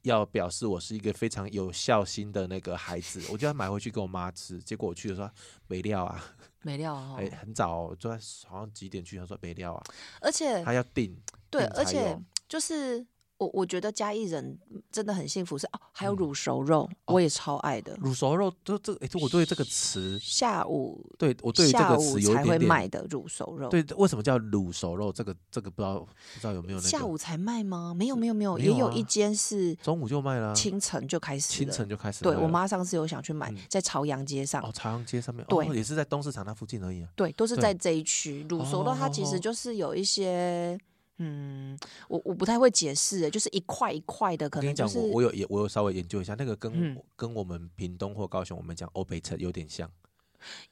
[SPEAKER 1] 要表示我是一个非常有孝心的那个孩子，我就要买回去给我妈吃，结果我去的时候没料啊，
[SPEAKER 2] 没料哦
[SPEAKER 1] 哎、，很早、哦，就在好像几点去，她说没料啊，
[SPEAKER 2] 而且
[SPEAKER 1] 她要订，
[SPEAKER 2] 嗯对，
[SPEAKER 1] 店
[SPEAKER 2] 而
[SPEAKER 1] 才
[SPEAKER 2] 且
[SPEAKER 1] 有
[SPEAKER 2] 就是我我觉得嘉义人真的很幸福，是哦，还有
[SPEAKER 1] 嗯
[SPEAKER 2] 乳熟肉，
[SPEAKER 1] 哦
[SPEAKER 2] 我也超爱的，
[SPEAKER 1] 乳熟肉，就这哎、这我对这个词。
[SPEAKER 2] 下午
[SPEAKER 1] 对我对于这
[SPEAKER 2] 下
[SPEAKER 1] 个
[SPEAKER 2] 午
[SPEAKER 1] 词有一
[SPEAKER 2] 才会
[SPEAKER 1] 点点
[SPEAKER 2] 卖的乳熟肉，
[SPEAKER 1] 对，为什么叫卤熟肉？这个这个不知道不知道有没有那个？
[SPEAKER 2] 下午才卖吗？没有没有没有，
[SPEAKER 1] 没
[SPEAKER 2] 也
[SPEAKER 1] 有
[SPEAKER 2] 有
[SPEAKER 1] 啊
[SPEAKER 2] 一间是
[SPEAKER 1] 中午就卖了啊、
[SPEAKER 2] 清晨就开始
[SPEAKER 1] 清
[SPEAKER 2] 了。
[SPEAKER 1] 晨就开始卖
[SPEAKER 2] 对
[SPEAKER 1] 了。
[SPEAKER 2] 我妈上次有想去买
[SPEAKER 1] 嗯，
[SPEAKER 2] 在朝阳街上
[SPEAKER 1] 哦，，朝阳街上面，
[SPEAKER 2] 对
[SPEAKER 1] 哦，也是在东市场那附近而已啊。
[SPEAKER 2] 对，都是
[SPEAKER 1] 对
[SPEAKER 2] 在这一区。卤熟肉它其
[SPEAKER 1] 哦
[SPEAKER 2] 实就是有一些，嗯，我我不太会解释欸，就是一块一块的，
[SPEAKER 1] 我
[SPEAKER 2] 可
[SPEAKER 1] 跟你
[SPEAKER 2] 能就
[SPEAKER 1] 讲，
[SPEAKER 2] 是
[SPEAKER 1] 我我有也我有稍微研究一下，那个跟、
[SPEAKER 2] 嗯
[SPEAKER 1] 跟我们屏东或高雄我们讲欧北菜有点像，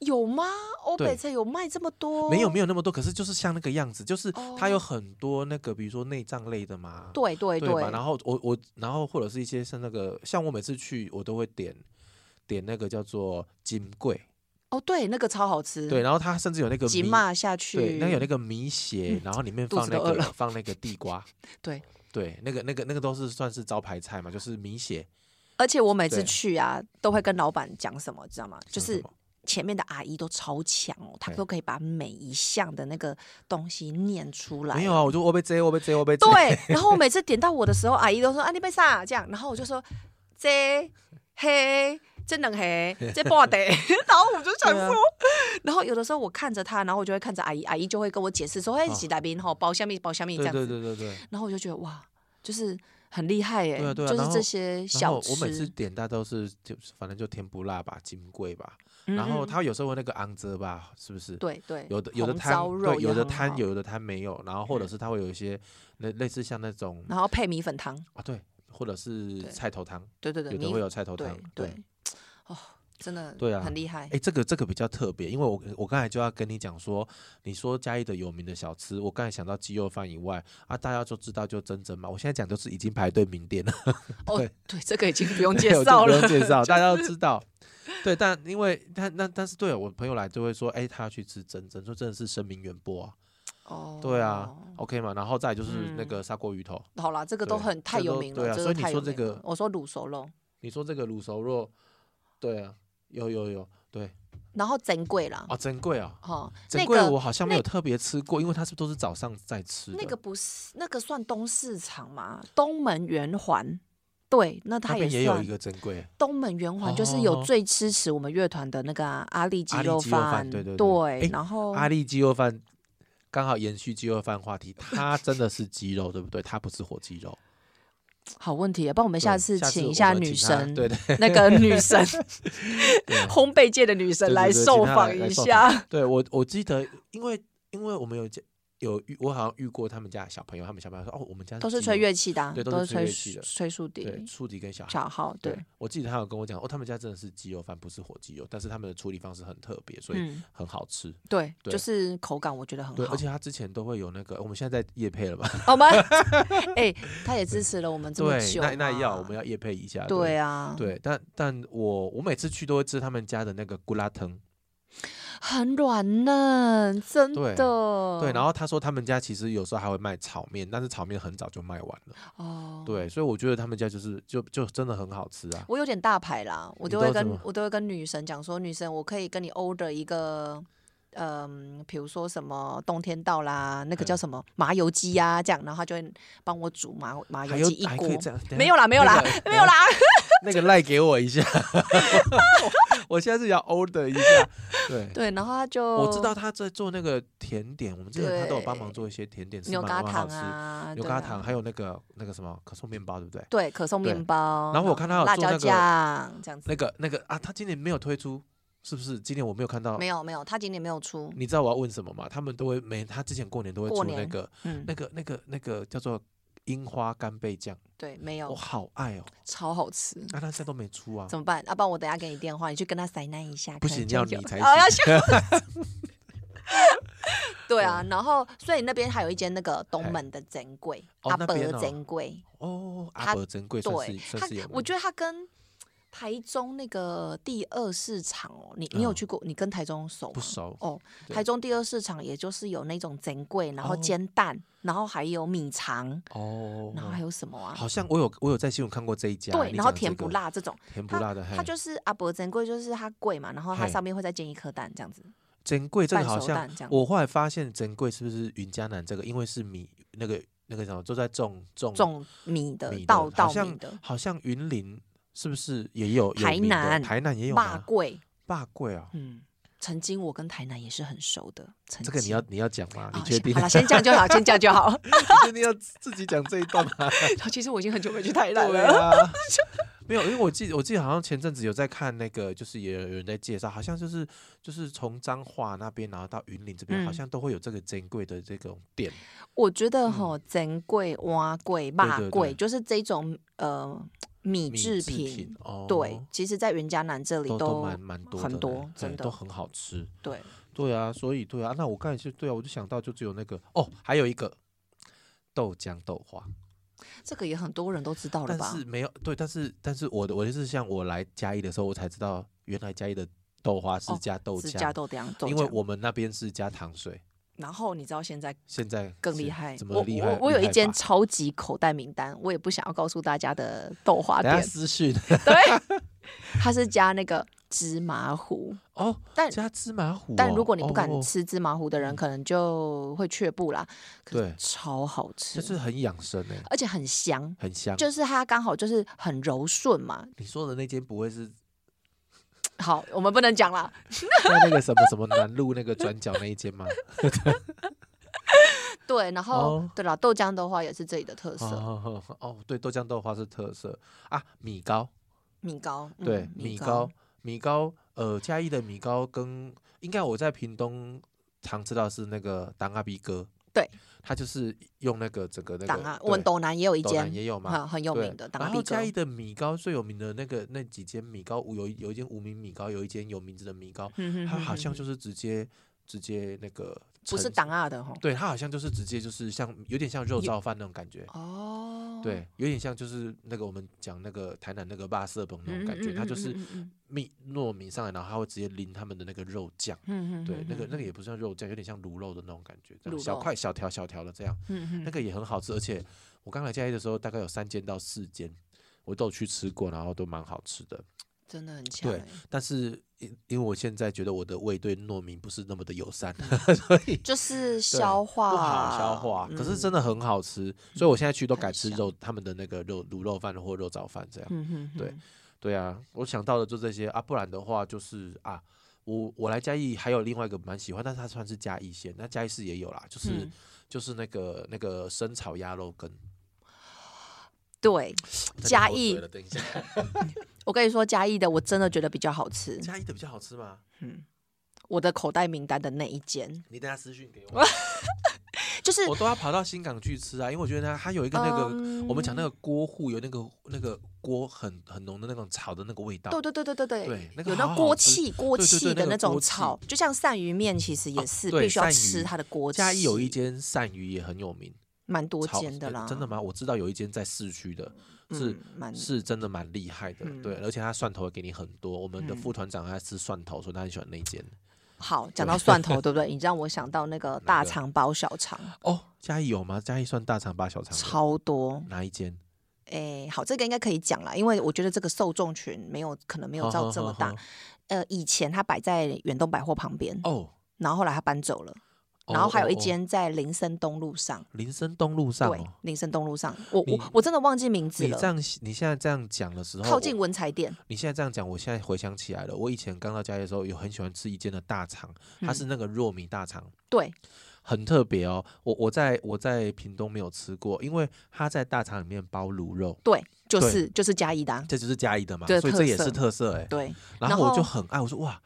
[SPEAKER 2] 有吗？欧
[SPEAKER 1] 对
[SPEAKER 2] 北菜有卖这么多？
[SPEAKER 1] 没有没
[SPEAKER 2] 有。
[SPEAKER 1] 有那么多，可是就是像那个样子，就是它有
[SPEAKER 2] 哦
[SPEAKER 1] 很多那个，比如说内脏类的嘛，
[SPEAKER 2] 对对
[SPEAKER 1] 对吧？然后我我然后或者是一些像那个，像我每次去我都会点点那个叫做金桂，
[SPEAKER 2] 哦对，那个超好吃。
[SPEAKER 1] 对，，然后它甚至有那个
[SPEAKER 2] 吉
[SPEAKER 1] 米
[SPEAKER 2] 骂下去。
[SPEAKER 1] 对，那有那
[SPEAKER 2] 个
[SPEAKER 1] 个米血，然后里面
[SPEAKER 2] 肚
[SPEAKER 1] 放
[SPEAKER 2] 子
[SPEAKER 1] 那
[SPEAKER 2] 都饿
[SPEAKER 1] 个
[SPEAKER 2] 了
[SPEAKER 1] 放那个地瓜，
[SPEAKER 2] 对
[SPEAKER 1] 对，那个那个那个都是算是招牌菜嘛，就是米血，
[SPEAKER 2] 而且我每次
[SPEAKER 1] 对
[SPEAKER 2] 去啊，都会跟老板讲什么，知道吗？就
[SPEAKER 1] 像什
[SPEAKER 2] 是
[SPEAKER 1] 么
[SPEAKER 2] 前面的阿姨都超强哦，她
[SPEAKER 1] 对
[SPEAKER 2] 都可以把每一项的那个东西念出来。
[SPEAKER 1] 没有啊，我就我被摘，我被摘，我被摘，
[SPEAKER 2] 对，然后我每次点到我的时候，阿姨都说啊你被啥这样，然后我就说这黑这能黑这不 得，然后我就想
[SPEAKER 1] 对啊
[SPEAKER 2] 说， 然后有的时候我看着她，然后我就会看着阿姨，阿姨就会跟我解释说，哎，
[SPEAKER 1] 哦
[SPEAKER 2] 洗大兵吼，包下面包下面这
[SPEAKER 1] 对
[SPEAKER 2] 样
[SPEAKER 1] 对
[SPEAKER 2] 子，
[SPEAKER 1] 对对对。
[SPEAKER 2] 然后我就觉得哇，就是很厉害耶、
[SPEAKER 1] 对啊对啊
[SPEAKER 2] 就
[SPEAKER 1] 然
[SPEAKER 2] 是
[SPEAKER 1] 后
[SPEAKER 2] 这些
[SPEAKER 1] 然后
[SPEAKER 2] 小吃。
[SPEAKER 1] 我每次点大都是就反正就甜不辣吧，金贵吧，
[SPEAKER 2] 嗯
[SPEAKER 1] 然后
[SPEAKER 2] 嗯
[SPEAKER 1] 它有时候会那个昂泽吧，是不是？
[SPEAKER 2] 对对，
[SPEAKER 1] 有的有的
[SPEAKER 2] 红
[SPEAKER 1] 摊
[SPEAKER 2] 烧肉
[SPEAKER 1] 对，有
[SPEAKER 2] 也
[SPEAKER 1] 的
[SPEAKER 2] 很
[SPEAKER 1] 摊
[SPEAKER 2] 好，嗯
[SPEAKER 1] 有，有的摊没有，然后或者是它会有一些类类似像那种
[SPEAKER 2] 然后配米粉汤，
[SPEAKER 1] 啊对，或者是
[SPEAKER 2] 对
[SPEAKER 1] 菜头汤，
[SPEAKER 2] 对对对，
[SPEAKER 1] 有的
[SPEAKER 2] 米
[SPEAKER 1] 会有菜头汤
[SPEAKER 2] 对，对，哦，真的
[SPEAKER 1] 对啊
[SPEAKER 2] 很厉害
[SPEAKER 1] 哎、。这个这个比较特别，因为我我刚才就要跟你讲说，你说嘉义的有名的小吃，我刚才想到鸡肉饭以外，啊，大家都知道就珍珍嘛。我现在讲都是已经排队名店了，
[SPEAKER 2] 哦
[SPEAKER 1] 对，
[SPEAKER 2] 对，这个已经不用
[SPEAKER 1] 对
[SPEAKER 2] 介
[SPEAKER 1] 我就
[SPEAKER 2] 绍
[SPEAKER 1] 不
[SPEAKER 2] 了
[SPEAKER 1] 用，介 绍，大家都知道。对，但因为他那但是对我朋友来就会说，哎、他要去吃珍珍，说真的是声名远播啊，
[SPEAKER 2] 哦，
[SPEAKER 1] 对啊、o k 嘛。然后再来就是那
[SPEAKER 2] 嗯
[SPEAKER 1] 个砂锅鱼头，
[SPEAKER 2] 好啦，这个都
[SPEAKER 1] 对
[SPEAKER 2] 很太
[SPEAKER 1] 这
[SPEAKER 2] 有
[SPEAKER 1] 都
[SPEAKER 2] 名
[SPEAKER 1] 对
[SPEAKER 2] 了，
[SPEAKER 1] 啊
[SPEAKER 2] 这
[SPEAKER 1] 所
[SPEAKER 2] 个
[SPEAKER 1] 以你
[SPEAKER 2] 太有
[SPEAKER 1] 说这
[SPEAKER 2] 名了
[SPEAKER 1] 个
[SPEAKER 2] 我说卤熟肉，
[SPEAKER 1] 你说这个卤熟肉，对啊，有有有，对，
[SPEAKER 2] 然后珍贵啦，
[SPEAKER 1] 哦，珍贵啊、哦。
[SPEAKER 2] 哈，
[SPEAKER 1] 珍
[SPEAKER 2] 嗯那
[SPEAKER 1] 贵，
[SPEAKER 2] 个
[SPEAKER 1] 我好像没有特别吃过，因为它是不是都是早上在吃的。
[SPEAKER 2] 那个不是那个算东市场嘛，东门圆环，对，那它
[SPEAKER 1] 那边也有
[SPEAKER 2] 算
[SPEAKER 1] 一。个珍贵，
[SPEAKER 2] 东门圆环就是
[SPEAKER 1] 哦
[SPEAKER 2] 有最支持我们乐团的那个啊、阿力鸡
[SPEAKER 1] 阿力
[SPEAKER 2] 肉
[SPEAKER 1] 鸡肉饭
[SPEAKER 2] 饭，
[SPEAKER 1] 对对对诶
[SPEAKER 2] 然后
[SPEAKER 1] 阿力鸡肉饭刚好延续鸡肉饭话题， 它真的是鸡肉，对不对？它不是火鸡肉。
[SPEAKER 2] 好问题啊，帮我们下
[SPEAKER 1] 对
[SPEAKER 2] 次请
[SPEAKER 1] 我
[SPEAKER 2] 一下
[SPEAKER 1] 们
[SPEAKER 2] 女
[SPEAKER 1] 请她
[SPEAKER 2] 神，
[SPEAKER 1] 对 对
[SPEAKER 2] 那个女神
[SPEAKER 1] 对啊
[SPEAKER 2] 烘焙界的女
[SPEAKER 1] 对
[SPEAKER 2] 神
[SPEAKER 1] 对
[SPEAKER 2] 来
[SPEAKER 1] 对请
[SPEAKER 2] 受
[SPEAKER 1] 她
[SPEAKER 2] 访
[SPEAKER 1] 来来
[SPEAKER 2] 一
[SPEAKER 1] 受
[SPEAKER 2] 下。
[SPEAKER 1] 对，我我记得，因为因为我们有见有遇，我好像遇过他们家的小朋友，他们小朋友说哦，我们家
[SPEAKER 2] 都是
[SPEAKER 1] 鸡
[SPEAKER 2] 吹
[SPEAKER 1] 肉
[SPEAKER 2] 乐器的啊、
[SPEAKER 1] 对都
[SPEAKER 2] 都
[SPEAKER 1] 是吹乐器
[SPEAKER 2] 吹
[SPEAKER 1] 的
[SPEAKER 2] 吹竖
[SPEAKER 1] 对
[SPEAKER 2] 笛、
[SPEAKER 1] 初级跟小孩。
[SPEAKER 2] 小号，对，，
[SPEAKER 1] 我记得他有跟我讲，哦，他们家真的是鸡肉饭，不是火鸡肉，但是他们的处理方式很特别，所以
[SPEAKER 2] 嗯，
[SPEAKER 1] 很好吃。
[SPEAKER 2] 对，
[SPEAKER 1] 对
[SPEAKER 2] 就是口感我觉得很
[SPEAKER 1] 对，
[SPEAKER 2] 好
[SPEAKER 1] 而。且他之前都会有那个，我们现在在夜配了嘛？
[SPEAKER 2] 好 吗？哎、他也支持了我们这么
[SPEAKER 1] 对，
[SPEAKER 2] 久嘛，
[SPEAKER 1] 那那要我们要夜配一下。
[SPEAKER 2] 对啊，，
[SPEAKER 1] 对，但但我我每次去都会吃他们家的那个咕啦汤，
[SPEAKER 2] 很软嫩，真
[SPEAKER 1] 对
[SPEAKER 2] 的。对
[SPEAKER 1] 对，然后他说他们家其实有时候还会卖炒面，但是炒面很早就卖完了。
[SPEAKER 2] 哦，
[SPEAKER 1] 对，所以我觉得他们家就是就就真的很好吃啊。
[SPEAKER 2] 我有点大牌啦，我
[SPEAKER 1] 你
[SPEAKER 2] 都
[SPEAKER 1] 都
[SPEAKER 2] 会
[SPEAKER 1] 怎
[SPEAKER 2] 跟
[SPEAKER 1] 么
[SPEAKER 2] 我都会跟女神讲说，女神，我可以跟你 order 一个，嗯、比如说什么冬天到啦，那个叫
[SPEAKER 1] 嗯
[SPEAKER 2] 什么麻油鸡呀、这样，然后她就会帮我煮麻麻
[SPEAKER 1] 还
[SPEAKER 2] 油
[SPEAKER 1] 有
[SPEAKER 2] 鸡一
[SPEAKER 1] 还
[SPEAKER 2] 锅
[SPEAKER 1] 可以。这样，等一
[SPEAKER 2] 没
[SPEAKER 1] 下
[SPEAKER 2] 有啦，没有啦，
[SPEAKER 1] 那个
[SPEAKER 2] 没有啦。
[SPEAKER 1] 那个赖给我一 下，我我现在是要 order 一下。对，
[SPEAKER 2] 对，然后她就
[SPEAKER 1] 我知道他在做那个甜点，我们之前他都有帮忙
[SPEAKER 2] 对
[SPEAKER 1] 做一些甜点，是
[SPEAKER 2] 牛
[SPEAKER 1] 蛮
[SPEAKER 2] 轧
[SPEAKER 1] 蛮好
[SPEAKER 2] 糖
[SPEAKER 1] 吃。
[SPEAKER 2] 啊，
[SPEAKER 1] 牛
[SPEAKER 2] 对
[SPEAKER 1] 轧
[SPEAKER 2] 啊
[SPEAKER 1] 糖，还有那个那个什么可颂面包，对不对？
[SPEAKER 2] 对可颂
[SPEAKER 1] 对
[SPEAKER 2] 面包。
[SPEAKER 1] 然后我看她有
[SPEAKER 2] 辣
[SPEAKER 1] 做那
[SPEAKER 2] 椒
[SPEAKER 1] 个
[SPEAKER 2] 酱这样子，
[SPEAKER 1] 那个那个啊，他今年没有推出，是不是？今年我没有看到。
[SPEAKER 2] 没有没有，她今年没有出。
[SPEAKER 1] 你知道我要问什么吗？他们都会每他之前过年都会
[SPEAKER 2] 过
[SPEAKER 1] 出那
[SPEAKER 2] 年
[SPEAKER 1] 个
[SPEAKER 2] 嗯
[SPEAKER 1] 那，个那个那个叫做樱花干贝酱，
[SPEAKER 2] 对，没
[SPEAKER 1] 我
[SPEAKER 2] 有，
[SPEAKER 1] 好爱哦。
[SPEAKER 2] 超好吃。
[SPEAKER 1] 那他现在都没出啊
[SPEAKER 2] 怎，么办？阿、啊、爸，我等下给你电话，你去跟他塞难一下。
[SPEAKER 1] 不
[SPEAKER 2] 可能
[SPEAKER 1] 行
[SPEAKER 2] 就
[SPEAKER 1] 要
[SPEAKER 2] 有
[SPEAKER 1] 你才
[SPEAKER 2] 哦，要
[SPEAKER 1] 行
[SPEAKER 2] 对啊，然后所以那边还有一间那个东门的珍柜，
[SPEAKER 1] 哦
[SPEAKER 2] 阿
[SPEAKER 1] 那
[SPEAKER 2] 伯
[SPEAKER 1] 边哦
[SPEAKER 2] 珍柜，
[SPEAKER 1] 哦。阿
[SPEAKER 2] 他
[SPEAKER 1] 伯珍贵算是
[SPEAKER 2] 对，
[SPEAKER 1] 算
[SPEAKER 2] 他
[SPEAKER 1] 是有名，
[SPEAKER 2] 我觉得他跟台中那个第二市场哦，你你有
[SPEAKER 1] 嗯
[SPEAKER 2] 去过？你跟台中熟吗？
[SPEAKER 1] 不熟
[SPEAKER 2] 哦。
[SPEAKER 1] 对
[SPEAKER 2] 台中第二市场也就是有那种珍柜，然后
[SPEAKER 1] 哦
[SPEAKER 2] 煎蛋，然后还有米肠，
[SPEAKER 1] 哦。
[SPEAKER 2] 然后还有什么啊？
[SPEAKER 1] 好像我有我有在新闻看过这一家，
[SPEAKER 2] 对，
[SPEAKER 1] 你
[SPEAKER 2] 然后
[SPEAKER 1] 讲
[SPEAKER 2] 甜
[SPEAKER 1] 这
[SPEAKER 2] 不
[SPEAKER 1] 个
[SPEAKER 2] 辣这种，
[SPEAKER 1] 甜不
[SPEAKER 2] 它
[SPEAKER 1] 辣的，
[SPEAKER 2] 它
[SPEAKER 1] 嘿
[SPEAKER 2] 就是阿伯珍柜，就是它贵嘛，然后它
[SPEAKER 1] 嘿
[SPEAKER 2] 上面会再煎一颗蛋这样子。
[SPEAKER 1] 珍贵这个
[SPEAKER 2] 半
[SPEAKER 1] 好
[SPEAKER 2] 熟
[SPEAKER 1] 像
[SPEAKER 2] 蛋这样。
[SPEAKER 1] 我后来发现珍贵是不是云嘉南这个，因为是米那个那个什么都在种种
[SPEAKER 2] 种米的
[SPEAKER 1] 哦米的
[SPEAKER 2] 稻稻
[SPEAKER 1] 好像
[SPEAKER 2] 米的
[SPEAKER 1] 好像云林是不是也有有
[SPEAKER 2] 台
[SPEAKER 1] 名的
[SPEAKER 2] 南
[SPEAKER 1] 台南也有
[SPEAKER 2] 霸
[SPEAKER 1] 吗？
[SPEAKER 2] 贵，
[SPEAKER 1] 霸贵啊，
[SPEAKER 2] 嗯，曾经我跟台南也是很熟的。曾
[SPEAKER 1] 这个你
[SPEAKER 2] 经
[SPEAKER 1] 要你要讲吗？你
[SPEAKER 2] 啊
[SPEAKER 1] 确
[SPEAKER 2] 先
[SPEAKER 1] 定？
[SPEAKER 2] 好了，先这样就好，先这样就好。
[SPEAKER 1] 你确定要自己讲这一段 吗？
[SPEAKER 2] 其实我已经很久没去台南
[SPEAKER 1] 对
[SPEAKER 2] 了。
[SPEAKER 1] 啊， 没有，因为我记我记得好像前阵子有在看那个，就是也有人在介绍，好像就是就是从彰化那边，然后到云林这边，
[SPEAKER 2] 嗯
[SPEAKER 1] 好像都会有这个珍贵的这种店。
[SPEAKER 2] 我觉得哈，珍贵、蛙贵、
[SPEAKER 1] 嗯
[SPEAKER 2] 霸
[SPEAKER 1] 对
[SPEAKER 2] 贵，
[SPEAKER 1] 对
[SPEAKER 2] 就是这种呃米
[SPEAKER 1] 米
[SPEAKER 2] 制
[SPEAKER 1] 制
[SPEAKER 2] 品。
[SPEAKER 1] 哦，
[SPEAKER 2] 对，其实，在云嘉南这里
[SPEAKER 1] 都
[SPEAKER 2] 都
[SPEAKER 1] 蛮蛮多的
[SPEAKER 2] 很
[SPEAKER 1] 呢，
[SPEAKER 2] 多
[SPEAKER 1] 对
[SPEAKER 2] 真的
[SPEAKER 1] 都很好吃。
[SPEAKER 2] 对，
[SPEAKER 1] 对啊，所以对啊，那我刚才就对啊，我就想到就只有那个哦，还有一个豆浆豆花，
[SPEAKER 2] 这个也很多人都知道了
[SPEAKER 1] 但
[SPEAKER 2] 吧？
[SPEAKER 1] 是没有对，但是但是我的我就是像我来嘉义的时候，我才知道原来嘉义的豆花是
[SPEAKER 2] 哦
[SPEAKER 1] 加豆
[SPEAKER 2] 是
[SPEAKER 1] 浆，
[SPEAKER 2] 加豆浆，豆
[SPEAKER 1] 因为
[SPEAKER 2] 浆
[SPEAKER 1] 我们那边是加糖水，
[SPEAKER 2] 然后你知道现在
[SPEAKER 1] 现在
[SPEAKER 2] 更
[SPEAKER 1] 是
[SPEAKER 2] 厉害，
[SPEAKER 1] 怎
[SPEAKER 2] 我
[SPEAKER 1] 么厉害？
[SPEAKER 2] 我我有
[SPEAKER 1] 厉
[SPEAKER 2] 一
[SPEAKER 1] 害
[SPEAKER 2] 间
[SPEAKER 1] 法
[SPEAKER 2] 超级口袋名单，我也不想要告诉大家的豆花
[SPEAKER 1] 等下
[SPEAKER 2] 店，
[SPEAKER 1] 私讯
[SPEAKER 2] 它是加那个芝麻糊，
[SPEAKER 1] 哦，
[SPEAKER 2] 但
[SPEAKER 1] 加芝麻糊哦、
[SPEAKER 2] 但如果你不敢
[SPEAKER 1] 哦哦
[SPEAKER 2] 吃芝麻糊的人，可能就会却步啦。可是
[SPEAKER 1] 对
[SPEAKER 2] 超好吃，
[SPEAKER 1] 就是很养生哎、
[SPEAKER 2] 而且很香，
[SPEAKER 1] 很香。
[SPEAKER 2] 就是它刚好就是很柔顺嘛。
[SPEAKER 1] 你说的那间不会是
[SPEAKER 2] 好，我们不能讲啦，
[SPEAKER 1] 在那个什么什么南路那个转角那一间吗？
[SPEAKER 2] 对，然后、
[SPEAKER 1] 哦
[SPEAKER 2] 对了，豆浆的话也是这里的特色，
[SPEAKER 1] 哦 哦哦，对，豆浆豆花是特色啊，米糕，
[SPEAKER 2] 米糕，嗯
[SPEAKER 1] 对，
[SPEAKER 2] 米
[SPEAKER 1] 米糕，米糕，呃，嘉义的米糕跟应该我在屏东常吃到是那个当阿比哥，
[SPEAKER 2] 对，
[SPEAKER 1] 它就是用那个整个那
[SPEAKER 2] 档
[SPEAKER 1] 个
[SPEAKER 2] 啊，我们
[SPEAKER 1] 对
[SPEAKER 2] 斗南也有一
[SPEAKER 1] 斗南
[SPEAKER 2] 间，
[SPEAKER 1] 也有嘛。
[SPEAKER 2] 很很有
[SPEAKER 1] 对
[SPEAKER 2] 名的档
[SPEAKER 1] 然
[SPEAKER 2] 比
[SPEAKER 1] 后
[SPEAKER 2] 糕
[SPEAKER 1] 嘉，义的米糕最有名的那个那几间米糕，有一有一间无名米糕，有一间有名字的米糕，
[SPEAKER 2] 嗯哼
[SPEAKER 1] 它
[SPEAKER 2] 哼
[SPEAKER 1] 好
[SPEAKER 2] 哼
[SPEAKER 1] 像
[SPEAKER 2] 哼
[SPEAKER 1] 就是直接直接那个
[SPEAKER 2] 不是
[SPEAKER 1] 盛
[SPEAKER 2] 档啊的哈，
[SPEAKER 1] 对，它好像就是直接就是像有点像肉
[SPEAKER 2] 有
[SPEAKER 1] 燥饭那种感觉，
[SPEAKER 2] 哦，
[SPEAKER 1] 对，有点像就是那个我们讲那个台南那个巴色崩那
[SPEAKER 2] 嗯，
[SPEAKER 1] 种感觉，它就是
[SPEAKER 2] 嗯嗯嗯
[SPEAKER 1] 米糯米上来，然后它会直接淋他们的那个肉酱，
[SPEAKER 2] 嗯嗯嗯
[SPEAKER 1] 对，那个那个
[SPEAKER 2] 嗯
[SPEAKER 1] 也不算肉酱，有点像卤肉的那种感觉，这样
[SPEAKER 2] 卤
[SPEAKER 1] 小
[SPEAKER 2] 肉
[SPEAKER 1] 块小条小条的这样，
[SPEAKER 2] 嗯嗯
[SPEAKER 1] 那个也很好吃，而且我刚来嘉义的时候大概有三间到四间，我都有去吃过，然后都蛮好吃的，
[SPEAKER 2] 真的很强、
[SPEAKER 1] 对
[SPEAKER 2] 欸。
[SPEAKER 1] 但是因因为我现在觉得我的胃对糯米不是那么的友善，
[SPEAKER 2] 就是嗯消化嗯
[SPEAKER 1] 不好消化，可是真
[SPEAKER 2] 的，
[SPEAKER 1] 的很好吃，所以我现在去都
[SPEAKER 2] 很
[SPEAKER 1] 改吃
[SPEAKER 2] 香
[SPEAKER 1] 肉，他们的那个肉卤肉饭或肉燥饭这样。
[SPEAKER 2] 嗯哼哼
[SPEAKER 1] 对，对啊，我想到的就这些啊，不然的话就是啊，我我来嘉义还有另外一个蛮喜欢，但是它算是嘉义县，那嘉义市也有啦，就是、
[SPEAKER 2] 嗯
[SPEAKER 1] 就是那个那个生炒鸭肉 羹。
[SPEAKER 2] 对，
[SPEAKER 1] 我在
[SPEAKER 2] 嘉
[SPEAKER 1] 流口水
[SPEAKER 2] 义
[SPEAKER 1] 了等一下，
[SPEAKER 2] 我跟你说，嘉义的我真的觉得比较好吃，嗯
[SPEAKER 1] 嘉义的比较好吃吗？
[SPEAKER 2] 我的口袋名单的那一间，
[SPEAKER 1] 你等下私讯给 我，
[SPEAKER 2] 就是
[SPEAKER 1] 我都要跑到新港去吃啊，因为我觉得它它有一个那个、
[SPEAKER 2] 嗯
[SPEAKER 1] 我们讲那个锅户有那个那个锅很很浓的那种炒的那个味道。
[SPEAKER 2] 对对对对对对，
[SPEAKER 1] 啊对那个
[SPEAKER 2] 有那
[SPEAKER 1] 好好
[SPEAKER 2] 锅
[SPEAKER 1] 吃
[SPEAKER 2] 气锅
[SPEAKER 1] 对对对
[SPEAKER 2] 气的
[SPEAKER 1] 那个
[SPEAKER 2] 那种
[SPEAKER 1] 锅气
[SPEAKER 2] 炒，就像鳝鱼面，其实也
[SPEAKER 1] 哦
[SPEAKER 2] 是、
[SPEAKER 1] 对
[SPEAKER 2] 必须要
[SPEAKER 1] 鳝鱼
[SPEAKER 2] 吃它的锅气。
[SPEAKER 1] 嘉义有一间鳝鱼也很有名，
[SPEAKER 2] 蛮多
[SPEAKER 1] 炒
[SPEAKER 2] 间的
[SPEAKER 1] 呃
[SPEAKER 2] 啦，
[SPEAKER 1] 真的吗？我知道有一间在市区的，是、
[SPEAKER 2] 嗯蛮
[SPEAKER 1] 是真的蛮厉害的，对，而且他蒜头也给你很多。我们的
[SPEAKER 2] 嗯
[SPEAKER 1] 副团长他吃蒜头，所以他很喜欢那一间。
[SPEAKER 2] 好，讲到蒜头，对不对？你让我想到那个大肠包小肠，
[SPEAKER 1] 哦，嘉义有吗？嘉义算大肠吧，小肠吗
[SPEAKER 2] 超多。
[SPEAKER 1] 哪一间？
[SPEAKER 2] 哎，好，这个应该可以讲啦，因为我觉得这个受众群没有可能没
[SPEAKER 1] 没
[SPEAKER 2] 有到这么大。呃，以前它摆在远东百货旁边，
[SPEAKER 1] 哦，
[SPEAKER 2] 然后后来它搬走了，
[SPEAKER 1] 哦
[SPEAKER 2] 然后还有一
[SPEAKER 1] 哦哦
[SPEAKER 2] 间在林森东路上，
[SPEAKER 1] 林森东路上
[SPEAKER 2] 对
[SPEAKER 1] 哦。，
[SPEAKER 2] 林森东路上，我
[SPEAKER 1] 你
[SPEAKER 2] 我我真的忘记名字
[SPEAKER 1] 你这
[SPEAKER 2] 了，
[SPEAKER 1] 样，你现在这样讲的时候，
[SPEAKER 2] 靠近
[SPEAKER 1] 我
[SPEAKER 2] 文才店，
[SPEAKER 1] 你现在这样讲，我现在回想起来了。我以前刚到嘉义的时候，有很喜欢吃一间的大肠，它
[SPEAKER 2] 嗯
[SPEAKER 1] 是那个糯米大肠，
[SPEAKER 2] 对，
[SPEAKER 1] 很特别哦。我我在我在屏东没有吃过，因为它在大肠里面包卤肉，
[SPEAKER 2] 对，就
[SPEAKER 1] 对
[SPEAKER 2] 是就是嘉义的啊，
[SPEAKER 1] 这就是嘉义的嘛，
[SPEAKER 2] 对
[SPEAKER 1] 所以
[SPEAKER 2] 特
[SPEAKER 1] 这也
[SPEAKER 2] 色
[SPEAKER 1] 是特色哎。
[SPEAKER 2] 对，
[SPEAKER 1] 然
[SPEAKER 2] 然
[SPEAKER 1] 后我就
[SPEAKER 2] 后
[SPEAKER 1] 很爱，我说哇，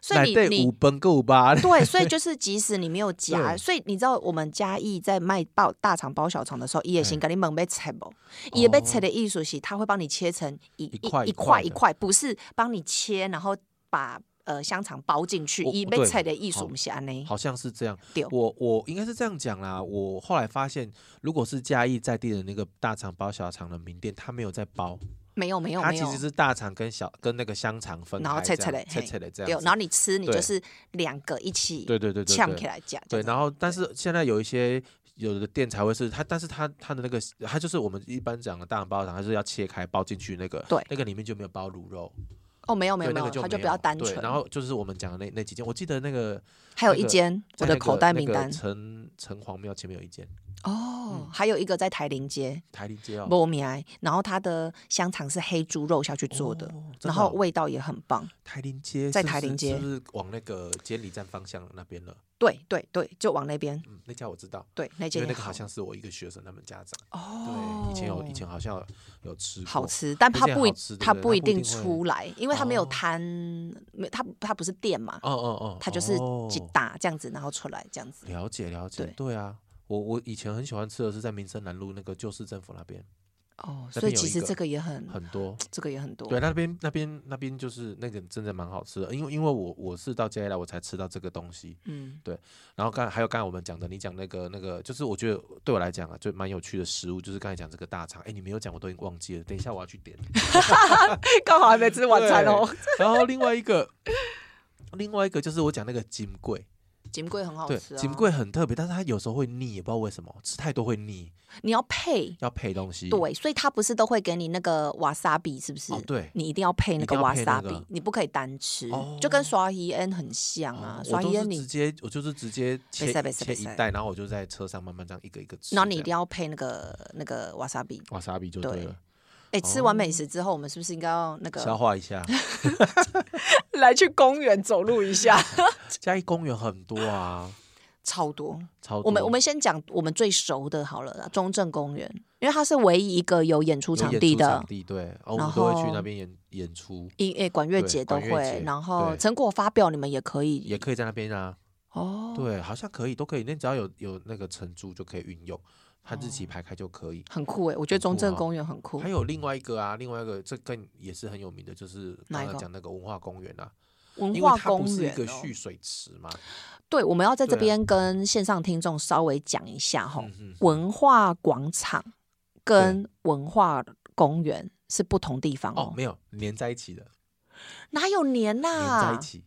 [SPEAKER 2] 所
[SPEAKER 1] 奶
[SPEAKER 2] 以你
[SPEAKER 1] 对
[SPEAKER 2] 你
[SPEAKER 1] 五本够吧？
[SPEAKER 2] 对， 所以就是即使你没有夹，
[SPEAKER 1] 对
[SPEAKER 2] 所以你知道我们嘉义在卖包大肠包小肠的时候，伊也先
[SPEAKER 1] 嗯
[SPEAKER 2] 给你猛被切不，伊也被
[SPEAKER 1] 哦
[SPEAKER 2] 切的艺术是，他会帮你切成一
[SPEAKER 1] 一块
[SPEAKER 2] 一
[SPEAKER 1] 一
[SPEAKER 2] 块
[SPEAKER 1] 块
[SPEAKER 2] 一
[SPEAKER 1] 的
[SPEAKER 2] 块，不是帮你切然后把呃香肠包进去，
[SPEAKER 1] 我
[SPEAKER 2] 伊
[SPEAKER 1] 我
[SPEAKER 2] 被
[SPEAKER 1] 对
[SPEAKER 2] 切的艺术
[SPEAKER 1] 好
[SPEAKER 2] 不是安尼，
[SPEAKER 1] 好像是这样
[SPEAKER 2] 对。
[SPEAKER 1] 我我应该是这样讲啦。我后来发现，如果是嘉义在地的那个大肠包小肠的名店，它没有在包，
[SPEAKER 2] 没有没有
[SPEAKER 1] 它
[SPEAKER 2] 没
[SPEAKER 1] 其
[SPEAKER 2] 有
[SPEAKER 1] 实。是大肠跟小跟那个香肠分开这
[SPEAKER 2] 然后
[SPEAKER 1] 样，
[SPEAKER 2] 切切嘞
[SPEAKER 1] 切
[SPEAKER 2] 嘿
[SPEAKER 1] 切嘞这
[SPEAKER 2] 对，
[SPEAKER 1] 样子。
[SPEAKER 2] 然后你吃，你就
[SPEAKER 1] 对
[SPEAKER 2] 是两个一起
[SPEAKER 1] 对对对对
[SPEAKER 2] 呛起
[SPEAKER 1] 对。
[SPEAKER 2] 来夹。
[SPEAKER 1] 对，
[SPEAKER 2] 这样
[SPEAKER 1] 然后但是现在有一些有的店才会是它，但是它它的那个它就是我们一般讲的大肠包小肠，它是要切开包进去那个，
[SPEAKER 2] 对
[SPEAKER 1] 那个里面就没有包卤肉，
[SPEAKER 2] 子哦，没有没有
[SPEAKER 1] 对，
[SPEAKER 2] 没
[SPEAKER 1] 那
[SPEAKER 2] 有，
[SPEAKER 1] 个
[SPEAKER 2] 它就
[SPEAKER 1] 就
[SPEAKER 2] 比较单
[SPEAKER 1] 没有
[SPEAKER 2] 纯
[SPEAKER 1] 对。然后就是我们讲的那那几间，我记得那个
[SPEAKER 2] 还有
[SPEAKER 1] 那
[SPEAKER 2] 一
[SPEAKER 1] 个
[SPEAKER 2] 间我
[SPEAKER 1] 在
[SPEAKER 2] 的
[SPEAKER 1] 那
[SPEAKER 2] 口
[SPEAKER 1] 个
[SPEAKER 2] 袋
[SPEAKER 1] 那
[SPEAKER 2] 名
[SPEAKER 1] 个嗯
[SPEAKER 2] 单
[SPEAKER 1] 城城隍庙前面有一间
[SPEAKER 2] 哦，还有一个在台林街，
[SPEAKER 1] 台林街哦，
[SPEAKER 2] 波米埃，然后它的香肠是黑猪肉下去做的，
[SPEAKER 1] 哦真的
[SPEAKER 2] 然后
[SPEAKER 1] 哦
[SPEAKER 2] 味道也很棒。
[SPEAKER 1] 台林街
[SPEAKER 2] 在
[SPEAKER 1] 是不
[SPEAKER 2] 台林
[SPEAKER 1] 是
[SPEAKER 2] 街
[SPEAKER 1] 是不是往那个监理站方向那边了？
[SPEAKER 2] 对对对，就往那边，
[SPEAKER 1] 嗯，那家我知道，
[SPEAKER 2] 对那
[SPEAKER 1] 因
[SPEAKER 2] 间
[SPEAKER 1] 为
[SPEAKER 2] 也
[SPEAKER 1] 那个好像是我一个学生他们家长，
[SPEAKER 2] 哦，
[SPEAKER 1] 对，以前有以前好像有有吃过，
[SPEAKER 2] 好吃，但
[SPEAKER 1] 那
[SPEAKER 2] 它
[SPEAKER 1] 间
[SPEAKER 2] 不一
[SPEAKER 1] 好吃对不
[SPEAKER 2] 它
[SPEAKER 1] 对
[SPEAKER 2] 不
[SPEAKER 1] 它不
[SPEAKER 2] 一
[SPEAKER 1] 一
[SPEAKER 2] 定
[SPEAKER 1] 定会
[SPEAKER 2] 出来，因为它没有
[SPEAKER 1] 哦
[SPEAKER 2] 摊，没它它不是店嘛，
[SPEAKER 1] 哦哦哦，
[SPEAKER 2] 它就是几
[SPEAKER 1] 哦
[SPEAKER 2] 打这样子，然后出来这样子。
[SPEAKER 1] 了解了解
[SPEAKER 2] 对，
[SPEAKER 1] 对啊。我我以前很喜欢吃的是在民生南路那个旧市政府那边，
[SPEAKER 2] 哦，
[SPEAKER 1] 那
[SPEAKER 2] 所
[SPEAKER 1] 边
[SPEAKER 2] 以
[SPEAKER 1] 有
[SPEAKER 2] 其
[SPEAKER 1] 一
[SPEAKER 2] 实
[SPEAKER 1] 个
[SPEAKER 2] 这个也很，
[SPEAKER 1] 很多。
[SPEAKER 2] 这个也很多。
[SPEAKER 1] 对，那边那边那边就是那个真的蛮好吃的，因为因为我我是到接下来我才吃到这个东西，
[SPEAKER 2] 嗯，
[SPEAKER 1] 然后刚还有刚才我们讲的，你讲那个那个，就是我觉得对我来讲啊，就蛮有趣的食物，就是刚才讲这个大肠，哎，你没有讲我都已经忘记了，等一下我要去点。
[SPEAKER 2] 刚好还没 吃晚餐哦。
[SPEAKER 1] 然后另外一个，另外一个就是我讲那个金贵，
[SPEAKER 2] 金贵很好
[SPEAKER 1] 对
[SPEAKER 2] 吃，啊，
[SPEAKER 1] 金贵很特别，但是它有时候会腻，也不知道为什么，吃太多会腻，
[SPEAKER 2] 你要配
[SPEAKER 1] 要配东西。
[SPEAKER 2] 对，所以它不是都会给你那个瓦萨比，是不是
[SPEAKER 1] 哦？对，
[SPEAKER 2] 你一定要配那
[SPEAKER 1] 一定
[SPEAKER 2] 个
[SPEAKER 1] 要
[SPEAKER 2] 瓦
[SPEAKER 1] 配
[SPEAKER 2] 萨
[SPEAKER 1] 那
[SPEAKER 2] 比，
[SPEAKER 1] 个
[SPEAKER 2] 你不可以单吃，
[SPEAKER 1] 哦
[SPEAKER 2] 就跟刷伊恩很像啊。
[SPEAKER 1] 哦我
[SPEAKER 2] 刷
[SPEAKER 1] 都
[SPEAKER 2] 伊
[SPEAKER 1] 是
[SPEAKER 2] 恩
[SPEAKER 1] 直
[SPEAKER 2] 你，
[SPEAKER 1] 接我就是直接切
[SPEAKER 2] 塞不塞
[SPEAKER 1] 切
[SPEAKER 2] 不
[SPEAKER 1] 一
[SPEAKER 2] 塞
[SPEAKER 1] 袋，然后我就在车上慢慢这样一个一个吃这样。
[SPEAKER 2] 然后你一定要配那个那个瓦萨比。
[SPEAKER 1] 哇沙比就
[SPEAKER 2] 对
[SPEAKER 1] 对了，
[SPEAKER 2] 哎，吃完美食之后，我们是不是应该要那
[SPEAKER 1] 哦消
[SPEAKER 2] 个
[SPEAKER 1] 化一下。
[SPEAKER 2] 来去公园走路一下？
[SPEAKER 1] 嘉义公园很多啊，
[SPEAKER 2] 超多。
[SPEAKER 1] 超多
[SPEAKER 2] 我们我们先讲我们最熟的好了啦，中正公园，因为它是唯一一个有演出
[SPEAKER 1] 有
[SPEAKER 2] 场
[SPEAKER 1] 演
[SPEAKER 2] 地
[SPEAKER 1] 出
[SPEAKER 2] 的
[SPEAKER 1] 场。地对，哦，我
[SPEAKER 2] 然
[SPEAKER 1] 们都会去
[SPEAKER 2] 后
[SPEAKER 1] 那边演演出，
[SPEAKER 2] 音诶，管乐
[SPEAKER 1] 对
[SPEAKER 2] 节都
[SPEAKER 1] 管乐
[SPEAKER 2] 会
[SPEAKER 1] 节，
[SPEAKER 2] 然后
[SPEAKER 1] 对
[SPEAKER 2] 成果发表你们也可以，
[SPEAKER 1] 也可以在那边啊。
[SPEAKER 2] 哦，
[SPEAKER 1] 对，好像可以，都可以。那只要有有那个承租就可以运用，它日
[SPEAKER 2] 哦
[SPEAKER 1] 期排开就可以。
[SPEAKER 2] 很酷哎，我觉得
[SPEAKER 1] 很酷
[SPEAKER 2] 中正
[SPEAKER 1] 啊
[SPEAKER 2] 公园很酷
[SPEAKER 1] 还，有另外一个啊，另外一个这更也是很有名的，就是
[SPEAKER 2] 哪
[SPEAKER 1] 刚
[SPEAKER 2] 一个
[SPEAKER 1] 刚讲那个文化公园啊，
[SPEAKER 2] 文
[SPEAKER 1] 因为
[SPEAKER 2] 化
[SPEAKER 1] 它不
[SPEAKER 2] 公
[SPEAKER 1] 是一
[SPEAKER 2] 园
[SPEAKER 1] 个
[SPEAKER 2] 哦
[SPEAKER 1] 蓄水池嘛。
[SPEAKER 2] 对，我们要在这
[SPEAKER 1] 对啊
[SPEAKER 2] 边跟线上听众稍微讲一下哈，
[SPEAKER 1] 嗯嗯，
[SPEAKER 2] 文化广场跟文化公园是不同地方
[SPEAKER 1] 哦
[SPEAKER 2] 哦，，
[SPEAKER 1] 没有连在一起的，
[SPEAKER 2] 哪有年
[SPEAKER 1] 连
[SPEAKER 2] 呐、
[SPEAKER 1] 在一起。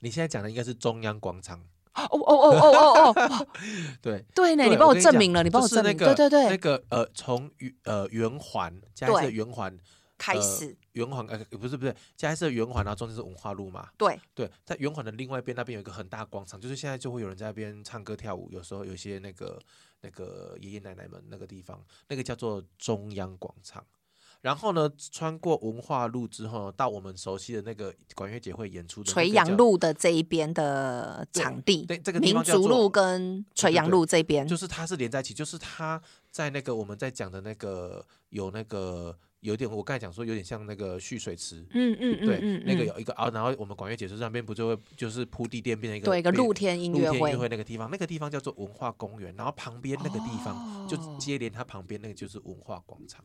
[SPEAKER 1] 你现在讲的应该是中央广场，
[SPEAKER 2] 哦哦哦哦哦哦哦，
[SPEAKER 1] 对，
[SPEAKER 2] 对呢，
[SPEAKER 1] 对
[SPEAKER 2] 你帮
[SPEAKER 1] 我
[SPEAKER 2] 我
[SPEAKER 1] 跟你
[SPEAKER 2] 证
[SPEAKER 1] 讲
[SPEAKER 2] 明了，你帮
[SPEAKER 1] 就
[SPEAKER 2] 我
[SPEAKER 1] 是
[SPEAKER 2] 证
[SPEAKER 1] 那
[SPEAKER 2] 明，
[SPEAKER 1] 个
[SPEAKER 2] 对对
[SPEAKER 1] 那
[SPEAKER 2] 对，
[SPEAKER 1] 个呃，从圆呃圆环嘉义市的
[SPEAKER 2] 对
[SPEAKER 1] 圆环
[SPEAKER 2] 开
[SPEAKER 1] 呃
[SPEAKER 2] 始
[SPEAKER 1] 圆环呃不是不是嘉义市的圆环，然后中间是文化路嘛，
[SPEAKER 2] 对，
[SPEAKER 1] 对，在圆环的另外一边那边有一个很大广场，就是现在就会有人在那边唱歌跳舞，有时候有一些那个那个爷爷奶奶们那个地方，那个叫做中央广场。然后呢，穿过文化路之后呢，到我们熟悉的那个管乐节会演出的那
[SPEAKER 2] 垂
[SPEAKER 1] 个
[SPEAKER 2] 杨
[SPEAKER 1] 叫，
[SPEAKER 2] 路的这一边的
[SPEAKER 1] 对
[SPEAKER 2] 场地，
[SPEAKER 1] 对，这个地
[SPEAKER 2] 民
[SPEAKER 1] 方叫做
[SPEAKER 2] 族路跟垂
[SPEAKER 1] 对
[SPEAKER 2] 杨
[SPEAKER 1] 对
[SPEAKER 2] 路这边
[SPEAKER 1] 就是它是连在一起，就是它在那个我们在讲的那个有那个有点，我刚才讲说有点像那个蓄水池，
[SPEAKER 2] 嗯嗯嗯
[SPEAKER 1] 对，
[SPEAKER 2] 嗯，
[SPEAKER 1] 那个
[SPEAKER 2] 嗯
[SPEAKER 1] 有一个啊，然后我们广乐解说那边不就会就是铺地垫变成一个
[SPEAKER 2] 对一个
[SPEAKER 1] 变
[SPEAKER 2] 露天音
[SPEAKER 1] 露
[SPEAKER 2] 乐
[SPEAKER 1] 天音
[SPEAKER 2] 会
[SPEAKER 1] 乐，会那个地方，那个地方叫做文化公园，然后旁边那个地方、就
[SPEAKER 2] 哦
[SPEAKER 1] 接连它旁边那个就是文化广场，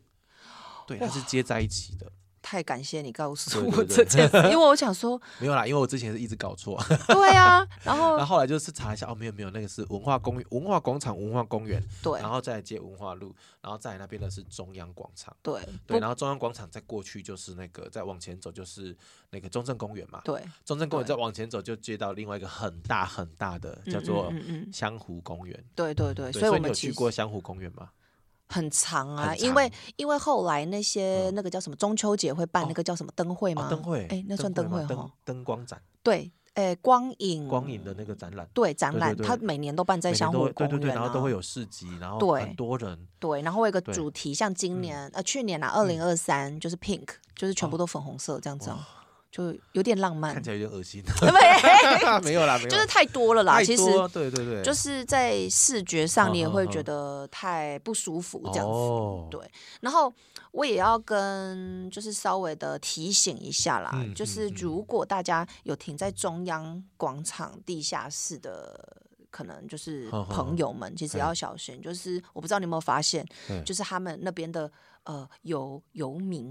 [SPEAKER 1] 对，它是接在一起的，
[SPEAKER 2] 太感谢你告诉
[SPEAKER 1] 对对
[SPEAKER 2] 我
[SPEAKER 1] 对
[SPEAKER 2] 这件事，因为我 想说，
[SPEAKER 1] 没有啦，因为我之前是一直搞错，
[SPEAKER 2] 对啊，然后
[SPEAKER 1] 然后后来就是查一下，哦，没有没有，那个是文化公园、文化广场、文化公园，
[SPEAKER 2] 对
[SPEAKER 1] 然后再来接文化路，然后再来那边的是中央广场，
[SPEAKER 2] 对
[SPEAKER 1] 对，
[SPEAKER 2] 不
[SPEAKER 1] 然后中央广场再过去就是那个，再往前走就是那个中正公园嘛，
[SPEAKER 2] 对，
[SPEAKER 1] 中正公园
[SPEAKER 2] 对
[SPEAKER 1] 再往前走就接到另外一个很大很大的
[SPEAKER 2] 嗯
[SPEAKER 1] 叫做
[SPEAKER 2] 嗯嗯嗯嗯
[SPEAKER 1] 湘湖公园，
[SPEAKER 2] 对对
[SPEAKER 1] 对
[SPEAKER 2] 对，所以
[SPEAKER 1] 所
[SPEAKER 2] 我
[SPEAKER 1] 以你
[SPEAKER 2] 们
[SPEAKER 1] 有去
[SPEAKER 2] 其实
[SPEAKER 1] 过湘湖公园吗？
[SPEAKER 2] 很长啊，
[SPEAKER 1] 很
[SPEAKER 2] 因为
[SPEAKER 1] 长
[SPEAKER 2] 因为后来那些、
[SPEAKER 1] 嗯
[SPEAKER 2] 那个叫什么中秋节会办
[SPEAKER 1] 哦
[SPEAKER 2] 那个叫什么灯会吗？
[SPEAKER 1] 哦，灯会，
[SPEAKER 2] 哎那算灯
[SPEAKER 1] 吗
[SPEAKER 2] 会
[SPEAKER 1] 灯
[SPEAKER 2] 吼
[SPEAKER 1] 灯光展，
[SPEAKER 2] 对，哎，光影
[SPEAKER 1] 光影的那个展览。
[SPEAKER 2] 对展
[SPEAKER 1] 对
[SPEAKER 2] 览，
[SPEAKER 1] 对
[SPEAKER 2] 它每年都办嗯在
[SPEAKER 1] 每
[SPEAKER 2] 香
[SPEAKER 1] 年都
[SPEAKER 2] 湖
[SPEAKER 1] 会
[SPEAKER 2] 公
[SPEAKER 1] 对对对，
[SPEAKER 2] 园、啊，
[SPEAKER 1] 然后都会有市集，然后
[SPEAKER 2] 对嗯
[SPEAKER 1] 很多人，
[SPEAKER 2] 对，然后会有一个
[SPEAKER 1] 对嗯
[SPEAKER 2] 主题，像今年、呃去年啊，二零二三就是 pink，就是全部都粉红色这样子、哦，就有点浪漫
[SPEAKER 1] 看，起来有点恶 心，
[SPEAKER 2] 对，
[SPEAKER 1] 没有啦，没有啦，
[SPEAKER 2] 就是太多了啦，
[SPEAKER 1] 太
[SPEAKER 2] 其实。
[SPEAKER 1] 多，对对对，
[SPEAKER 2] 就是在视觉上，你也
[SPEAKER 1] 嗯嗯
[SPEAKER 2] 会
[SPEAKER 1] 嗯
[SPEAKER 2] 觉得太不舒服这样子。
[SPEAKER 1] 哦
[SPEAKER 2] 对然后我也要跟就是稍微的提醒一下啦，
[SPEAKER 1] 嗯
[SPEAKER 2] 就
[SPEAKER 1] 嗯
[SPEAKER 2] 是
[SPEAKER 1] 嗯
[SPEAKER 2] 如果大家有停在中央广场地下室的。可能就是
[SPEAKER 1] 哼哼
[SPEAKER 2] 朋友们，其实
[SPEAKER 1] 哎
[SPEAKER 2] 要小心。就是我不知道你有没有发现
[SPEAKER 1] 对，
[SPEAKER 2] 就是他们那边的呃游游民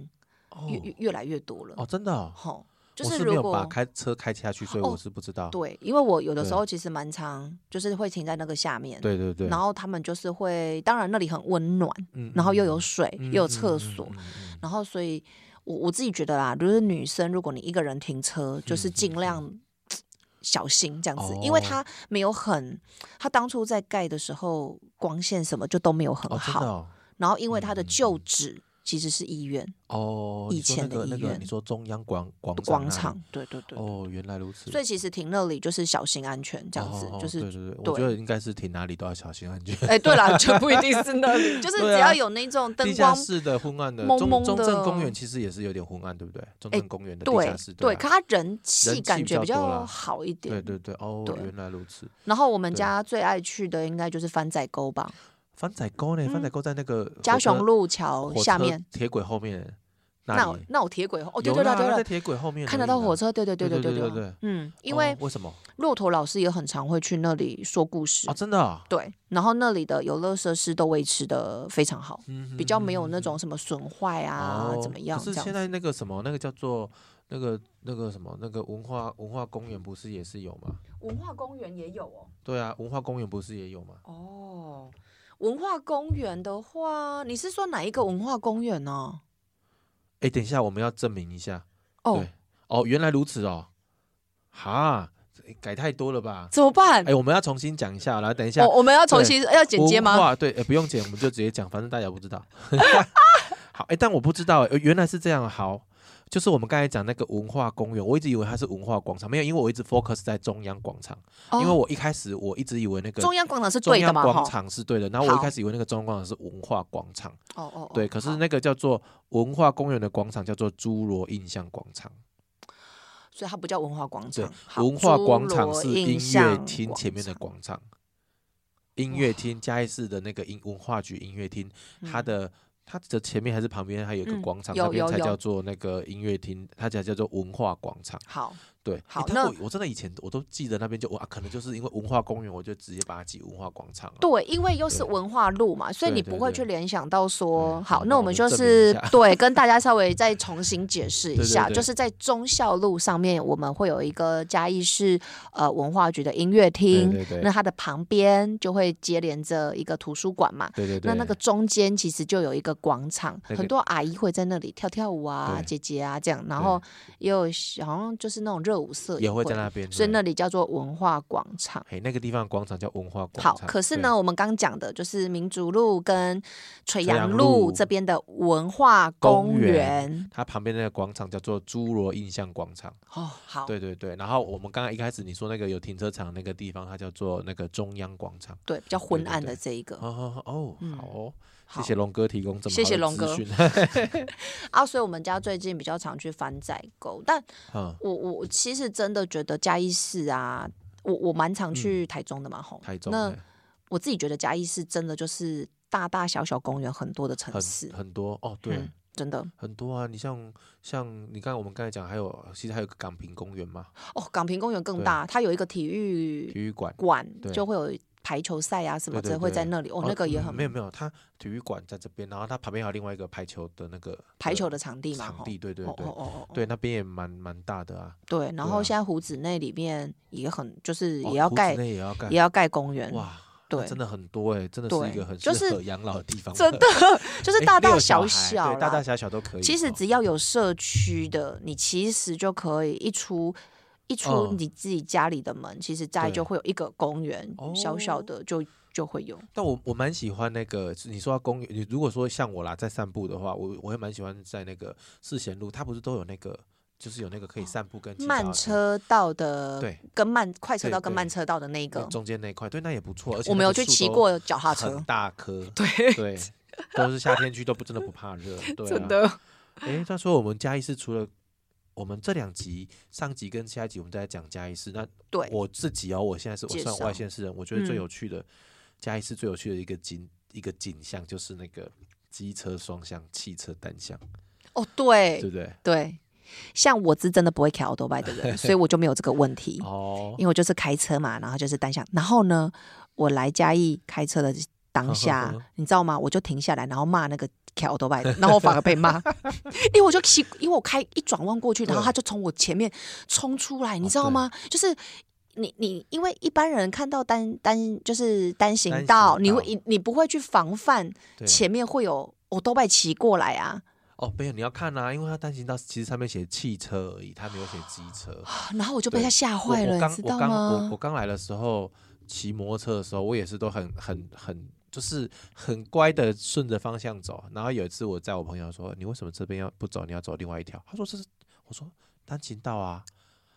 [SPEAKER 2] 越越
[SPEAKER 1] 哦
[SPEAKER 2] 越来越多了。
[SPEAKER 1] 哦，真的哦，
[SPEAKER 2] 吼，就
[SPEAKER 1] 我
[SPEAKER 2] 是
[SPEAKER 1] 是没
[SPEAKER 2] 如
[SPEAKER 1] 有
[SPEAKER 2] 果
[SPEAKER 1] 把开车开下去，所以
[SPEAKER 2] 哦
[SPEAKER 1] 我是不知道。
[SPEAKER 2] 对，因为我有的时
[SPEAKER 1] 对
[SPEAKER 2] 候其实蛮常就是会停在那个下面，
[SPEAKER 1] 对对对，
[SPEAKER 2] 然后他们就是会，当然那里很温暖，
[SPEAKER 1] 嗯
[SPEAKER 2] 然后又有
[SPEAKER 1] 嗯
[SPEAKER 2] 水，
[SPEAKER 1] 嗯
[SPEAKER 2] 又有
[SPEAKER 1] 嗯
[SPEAKER 2] 厕
[SPEAKER 1] 嗯
[SPEAKER 2] 所，
[SPEAKER 1] 嗯嗯
[SPEAKER 2] 然后所以我我自己觉得啦，就是女生如果你一个人停车，就是尽量小心这样子，因为
[SPEAKER 1] 嗯哦
[SPEAKER 2] 它没有很，它当初在盖的时候光线什么就都没有很
[SPEAKER 1] 哦，真
[SPEAKER 2] 好，
[SPEAKER 1] 的哦
[SPEAKER 2] 然后因为它的
[SPEAKER 1] 嗯嗯嗯
[SPEAKER 2] 旧址其实是医院
[SPEAKER 1] 哦，
[SPEAKER 2] 以
[SPEAKER 1] 你说
[SPEAKER 2] 前
[SPEAKER 1] 那
[SPEAKER 2] 的
[SPEAKER 1] 个
[SPEAKER 2] 医
[SPEAKER 1] 那个，
[SPEAKER 2] 院
[SPEAKER 1] 你说中央广广
[SPEAKER 2] 广
[SPEAKER 1] 那里
[SPEAKER 2] 场，对对对。
[SPEAKER 1] 哦，原来如此，
[SPEAKER 2] 所以其实停那里就是小心安全这样子，
[SPEAKER 1] 哦哦
[SPEAKER 2] 就
[SPEAKER 1] 哦
[SPEAKER 2] 是
[SPEAKER 1] 对对对，我觉
[SPEAKER 2] 对
[SPEAKER 1] 得应该是停哪里都要小心啊安全。
[SPEAKER 2] 哎、对啦，就不一定是那里，就是
[SPEAKER 1] 对
[SPEAKER 2] 只要
[SPEAKER 1] 啊
[SPEAKER 2] 有那种
[SPEAKER 1] 地
[SPEAKER 2] 灯
[SPEAKER 1] 下
[SPEAKER 2] 光
[SPEAKER 1] 室的昏暗的
[SPEAKER 2] 蒙蒙
[SPEAKER 1] 中中
[SPEAKER 2] 的
[SPEAKER 1] 正公园其实也是有点昏暗，对不对？中
[SPEAKER 2] 哎
[SPEAKER 1] 正公园的地
[SPEAKER 2] 对
[SPEAKER 1] 下室，
[SPEAKER 2] 对，
[SPEAKER 1] 啊
[SPEAKER 2] 可他人气
[SPEAKER 1] 人
[SPEAKER 2] 感
[SPEAKER 1] 气比
[SPEAKER 2] 觉比
[SPEAKER 1] 较多
[SPEAKER 2] 较
[SPEAKER 1] 啦
[SPEAKER 2] 好一点。
[SPEAKER 1] 对对对，哦，
[SPEAKER 2] 对
[SPEAKER 1] 原来如此。
[SPEAKER 2] 然后我们
[SPEAKER 1] 对啊
[SPEAKER 2] 家最爱去的应该就是番仔沟吧，
[SPEAKER 1] 番仔沟呢？番仔沟在那个
[SPEAKER 2] 嗯嘉
[SPEAKER 1] 火
[SPEAKER 2] 雄
[SPEAKER 1] 车
[SPEAKER 2] 路桥
[SPEAKER 1] 火
[SPEAKER 2] 下
[SPEAKER 1] 车
[SPEAKER 2] 面，
[SPEAKER 1] 铁轨后面
[SPEAKER 2] 那
[SPEAKER 1] 那
[SPEAKER 2] 有
[SPEAKER 1] 里。
[SPEAKER 2] 那有铁轨哦，对
[SPEAKER 1] 有
[SPEAKER 2] 对
[SPEAKER 1] 啦
[SPEAKER 2] 对对
[SPEAKER 1] 那在
[SPEAKER 2] 对，
[SPEAKER 1] 铁轨后面
[SPEAKER 2] 看
[SPEAKER 1] 而
[SPEAKER 2] 得
[SPEAKER 1] 已
[SPEAKER 2] 到
[SPEAKER 1] 啦
[SPEAKER 2] 火车，对对对
[SPEAKER 1] 对
[SPEAKER 2] 对
[SPEAKER 1] 对对
[SPEAKER 2] 对
[SPEAKER 1] 对，
[SPEAKER 2] 嗯，因
[SPEAKER 1] 哦
[SPEAKER 2] 为
[SPEAKER 1] 为什么
[SPEAKER 2] 骆驼老师也很常会去那里说故事
[SPEAKER 1] 哦，，真的啊，
[SPEAKER 2] 对，然后那里的游乐设施都维持的非常好，
[SPEAKER 1] 嗯
[SPEAKER 2] 比较没有那种什么损坏啊
[SPEAKER 1] 哦
[SPEAKER 2] 怎么样
[SPEAKER 1] 可是
[SPEAKER 2] 这样
[SPEAKER 1] 现
[SPEAKER 2] 子。
[SPEAKER 1] 在那个什么，那个叫做那个那个什么，那个文化文化公园不是也是有吗？
[SPEAKER 2] 文化公园也有哦，
[SPEAKER 1] 对啊，文化公园不是也有吗？
[SPEAKER 2] 哦，文化公园的话，你是说哪一个文化公园呢、
[SPEAKER 1] 哎，等一下，我们要证明一下。
[SPEAKER 2] 哦
[SPEAKER 1] 对，哦，原来如此哦，哈，诶改太多了吧？
[SPEAKER 2] 怎么办？
[SPEAKER 1] 哎，我们要重新讲一下，来等一下
[SPEAKER 2] 我，我们要重新要哦剪接
[SPEAKER 1] 文
[SPEAKER 2] 吗？
[SPEAKER 1] 化？对，哎，不用剪，我们就直接讲，反正大家不知道。 好，哎，但我不知道，诶原来是这样。好，就是我们刚才讲那个文化公园，我一直以为它是文化广场，没有，因为我一直 focus 在中央广场，因为
[SPEAKER 2] 哦
[SPEAKER 1] 我一开始我一直以为那个
[SPEAKER 2] 中央广场是
[SPEAKER 1] 中
[SPEAKER 2] 对的
[SPEAKER 1] 央
[SPEAKER 2] 嘛，
[SPEAKER 1] 广
[SPEAKER 2] 哈。
[SPEAKER 1] 场是对的，然后我一
[SPEAKER 2] 好
[SPEAKER 1] 开始以为那个中央广场是文化广场，
[SPEAKER 2] 哦哦，哦
[SPEAKER 1] 对，可是
[SPEAKER 2] 好
[SPEAKER 1] 那个叫做文化公园的广场叫做侏罗印象广场，
[SPEAKER 2] 所以它不叫文化广
[SPEAKER 1] 对
[SPEAKER 2] 场，，好
[SPEAKER 1] 文化广
[SPEAKER 2] 侏
[SPEAKER 1] 场
[SPEAKER 2] 罗
[SPEAKER 1] 是音乐
[SPEAKER 2] 象
[SPEAKER 1] 厅
[SPEAKER 2] 广
[SPEAKER 1] 前面的
[SPEAKER 2] 场
[SPEAKER 1] 广场，音乐厅嘉义市的那个音文化局音乐厅，它
[SPEAKER 2] 嗯
[SPEAKER 1] 的。它的前面还是旁边还有一个
[SPEAKER 2] 嗯
[SPEAKER 1] 广场，
[SPEAKER 2] 有
[SPEAKER 1] 那边
[SPEAKER 2] 有
[SPEAKER 1] 才
[SPEAKER 2] 有
[SPEAKER 1] 叫做那个音乐厅，它才叫做文化广场。
[SPEAKER 2] 好，
[SPEAKER 1] 对，诶
[SPEAKER 2] 好
[SPEAKER 1] 但
[SPEAKER 2] 那
[SPEAKER 1] 我我真的以前我都记得那边就哇，可能就是因为文化公园，我就直接把它记文化广场了。
[SPEAKER 2] 对，因为又是
[SPEAKER 1] 对
[SPEAKER 2] 文化路嘛，所以
[SPEAKER 1] 对
[SPEAKER 2] 你
[SPEAKER 1] 对
[SPEAKER 2] 不会
[SPEAKER 1] 对
[SPEAKER 2] 去联想到说，
[SPEAKER 1] 对
[SPEAKER 2] 好
[SPEAKER 1] 好，
[SPEAKER 2] 那
[SPEAKER 1] 那我
[SPEAKER 2] 我们
[SPEAKER 1] 们
[SPEAKER 2] 就
[SPEAKER 1] 证明
[SPEAKER 2] 是
[SPEAKER 1] 一下
[SPEAKER 2] 对跟大家稍微再重新解释一
[SPEAKER 1] 对对
[SPEAKER 2] 下，
[SPEAKER 1] 对
[SPEAKER 2] 就是在忠孝路上面，我们会有一个嘉义市呃文化局的音乐厅，
[SPEAKER 1] 对对
[SPEAKER 2] 那它的旁边就会接连着一个图书馆嘛，
[SPEAKER 1] 对对对，
[SPEAKER 2] 那那个中间其实就有一个广场，
[SPEAKER 1] 那个
[SPEAKER 2] 很多阿姨会在那里跳跳舞啊、
[SPEAKER 1] 对
[SPEAKER 2] 姐姐啊这样，然后也有好像就是那种热舞社
[SPEAKER 1] 也
[SPEAKER 2] 会
[SPEAKER 1] 会在，那嗯边，
[SPEAKER 2] 所以
[SPEAKER 1] 对
[SPEAKER 2] 那里叫做文化广场。
[SPEAKER 1] 嘿，那个地方的广场叫文化广
[SPEAKER 2] 好
[SPEAKER 1] 场。，
[SPEAKER 2] 可是
[SPEAKER 1] 对，
[SPEAKER 2] 呢，我们刚讲的就是民族路跟
[SPEAKER 1] 垂
[SPEAKER 2] 垂杨
[SPEAKER 1] 杨
[SPEAKER 2] 路
[SPEAKER 1] 路
[SPEAKER 2] 这边的文化公
[SPEAKER 1] 公园
[SPEAKER 2] 园。
[SPEAKER 1] 它旁边那个广场叫做侏罗印象广场。
[SPEAKER 2] 哦，好，
[SPEAKER 1] 对对对，然后我们刚刚一开始你说那个有停车场那个地方，它叫做那个中央广场。
[SPEAKER 2] 对，比较昏
[SPEAKER 1] 对
[SPEAKER 2] 暗的
[SPEAKER 1] 对
[SPEAKER 2] 这一个。
[SPEAKER 1] 哦哦，
[SPEAKER 2] 嗯
[SPEAKER 1] 好哦，
[SPEAKER 2] 好
[SPEAKER 1] 谢谢龙哥提供这么
[SPEAKER 2] 谢谢
[SPEAKER 1] 好的资
[SPEAKER 2] 龙
[SPEAKER 1] 讯。
[SPEAKER 2] 啊，所以我们家最近比较常去番仔沟，但
[SPEAKER 1] 嗯，
[SPEAKER 2] 我我我其实真的觉得嘉义市啊，我我蛮
[SPEAKER 1] 嗯
[SPEAKER 2] 常去台中的嘛，吼、
[SPEAKER 1] 台中
[SPEAKER 2] 那
[SPEAKER 1] 嘿
[SPEAKER 2] 我自己觉得嘉义市真的就是大大小小公园很多的城市
[SPEAKER 1] 很，很多哦，对
[SPEAKER 2] 嗯，真的
[SPEAKER 1] 很多啊。你像像你刚才我们刚才讲，还有其实还有个港平公园嘛，
[SPEAKER 2] 哦，港平公园更
[SPEAKER 1] 对
[SPEAKER 2] 大，它有一个体
[SPEAKER 1] 体
[SPEAKER 2] 育
[SPEAKER 1] 育馆。
[SPEAKER 2] 馆，
[SPEAKER 1] 对
[SPEAKER 2] 就会有排球赛啊什么
[SPEAKER 1] 对
[SPEAKER 2] 的
[SPEAKER 1] 对
[SPEAKER 2] 会在
[SPEAKER 1] 对
[SPEAKER 2] 那里，哦，那个也
[SPEAKER 1] 嗯
[SPEAKER 2] 很
[SPEAKER 1] 没有没有，它体育馆在这边，然后它旁边还有另外一个排球的那个
[SPEAKER 2] 排球
[SPEAKER 1] 的
[SPEAKER 2] 的场地嘛，
[SPEAKER 1] 场
[SPEAKER 2] 吼
[SPEAKER 1] 地，对对
[SPEAKER 2] 哦哦
[SPEAKER 1] 对
[SPEAKER 2] 哦哦，
[SPEAKER 1] 对，那边也蛮蛮大的啊，
[SPEAKER 2] 对，然
[SPEAKER 1] 对啊
[SPEAKER 2] 后现在湖子内里面也很，就是
[SPEAKER 1] 哦
[SPEAKER 2] 也要
[SPEAKER 1] 胡子
[SPEAKER 2] 盖，
[SPEAKER 1] 内也要盖
[SPEAKER 2] 也要盖公园，
[SPEAKER 1] 哇，那
[SPEAKER 2] 对
[SPEAKER 1] 真的很多哎，真的是一
[SPEAKER 2] 对
[SPEAKER 1] 个很
[SPEAKER 2] 就
[SPEAKER 1] 适
[SPEAKER 2] 是
[SPEAKER 1] 合养老的地方，
[SPEAKER 2] 真的 就是
[SPEAKER 1] 诶
[SPEAKER 2] 大
[SPEAKER 1] 六
[SPEAKER 2] 大
[SPEAKER 1] 哎小
[SPEAKER 2] 小
[SPEAKER 1] 孩
[SPEAKER 2] 小
[SPEAKER 1] 对，大大
[SPEAKER 2] 啦
[SPEAKER 1] 小小都可以哦。
[SPEAKER 2] 其实只要有社区的，你其实就可以一出一出
[SPEAKER 1] 嗯
[SPEAKER 2] 你自己家里的门，其实家里就
[SPEAKER 1] 对
[SPEAKER 2] 会有一个公园，小小
[SPEAKER 1] 哦
[SPEAKER 2] 的就就会有。
[SPEAKER 1] 但我我蛮喜欢那个，你说到公园，你如果说像我啦，在散步的话，我我会蛮喜欢在那个世贤路，它不是都有那个，就是有那个可以散步跟骑脚
[SPEAKER 2] 慢
[SPEAKER 1] 踏
[SPEAKER 2] 车道的，
[SPEAKER 1] 对，
[SPEAKER 2] 跟慢快车
[SPEAKER 1] 对
[SPEAKER 2] 道跟
[SPEAKER 1] 对
[SPEAKER 2] 慢车道的那一
[SPEAKER 1] 那
[SPEAKER 2] 个，
[SPEAKER 1] 中间那一块，对，那也不错。而且
[SPEAKER 2] 我没
[SPEAKER 1] 那
[SPEAKER 2] 有
[SPEAKER 1] 个
[SPEAKER 2] 去
[SPEAKER 1] 树
[SPEAKER 2] 骑
[SPEAKER 1] 都
[SPEAKER 2] 过脚踏车
[SPEAKER 1] 很，大棵，
[SPEAKER 2] 对，
[SPEAKER 1] 对，都是夏天去都不真的不怕 热，对、啊，
[SPEAKER 2] 真。的，
[SPEAKER 1] 哎，他说我们嘉义市除了我们这两集上集跟下一集我们都在讲嘉义市，那
[SPEAKER 2] 对，
[SPEAKER 1] 我自己哦，我现在是我
[SPEAKER 2] 介
[SPEAKER 1] 算
[SPEAKER 2] 绍
[SPEAKER 1] 外县市人，我觉得最
[SPEAKER 2] 嗯
[SPEAKER 1] 有趣的、嘉义市最有趣的一个景一个景象就是那个机车双向、汽车单向，
[SPEAKER 2] 哦，
[SPEAKER 1] 对
[SPEAKER 2] 对
[SPEAKER 1] 不对？
[SPEAKER 2] 对，像我是真的不会开 o u t 的人，所以我就没有这个问题。
[SPEAKER 1] 哦，，
[SPEAKER 2] 因为我就是开车嘛，然后就是单向。然后呢，我来嘉义开车的当下你知道吗？我就停下来，然后骂那个桥 头拜，然后我反而被骂，因为我就骑，因为我开一转弯过去，然后
[SPEAKER 1] 对
[SPEAKER 2] 他就从我前面冲出来，你
[SPEAKER 1] 哦
[SPEAKER 2] 知道
[SPEAKER 1] 对
[SPEAKER 2] 吗？就是。你你因为一般人看到单单就是单行
[SPEAKER 1] 单行
[SPEAKER 2] 道，你
[SPEAKER 1] 道
[SPEAKER 2] 会你你不会去防范
[SPEAKER 1] 对，
[SPEAKER 2] 前面会有我都拜骑过来啊，
[SPEAKER 1] 哦，没有，你要看啊，因为他单行道其实上面写汽车而已，他没有写机车。
[SPEAKER 2] 然后我就被
[SPEAKER 1] 对
[SPEAKER 2] 他吓
[SPEAKER 1] 我
[SPEAKER 2] 坏
[SPEAKER 1] 我
[SPEAKER 2] 了，
[SPEAKER 1] 刚
[SPEAKER 2] 你知
[SPEAKER 1] 我
[SPEAKER 2] 道
[SPEAKER 1] 刚我
[SPEAKER 2] 吗
[SPEAKER 1] 我？刚来的时候骑摩托车的时候，我也是都很很很就是很乖的顺着方向走。然后有一次我在我朋友说：“你为什么这边要不走？你要走另外一条？”他说：“这是。”我说：“单行道啊。”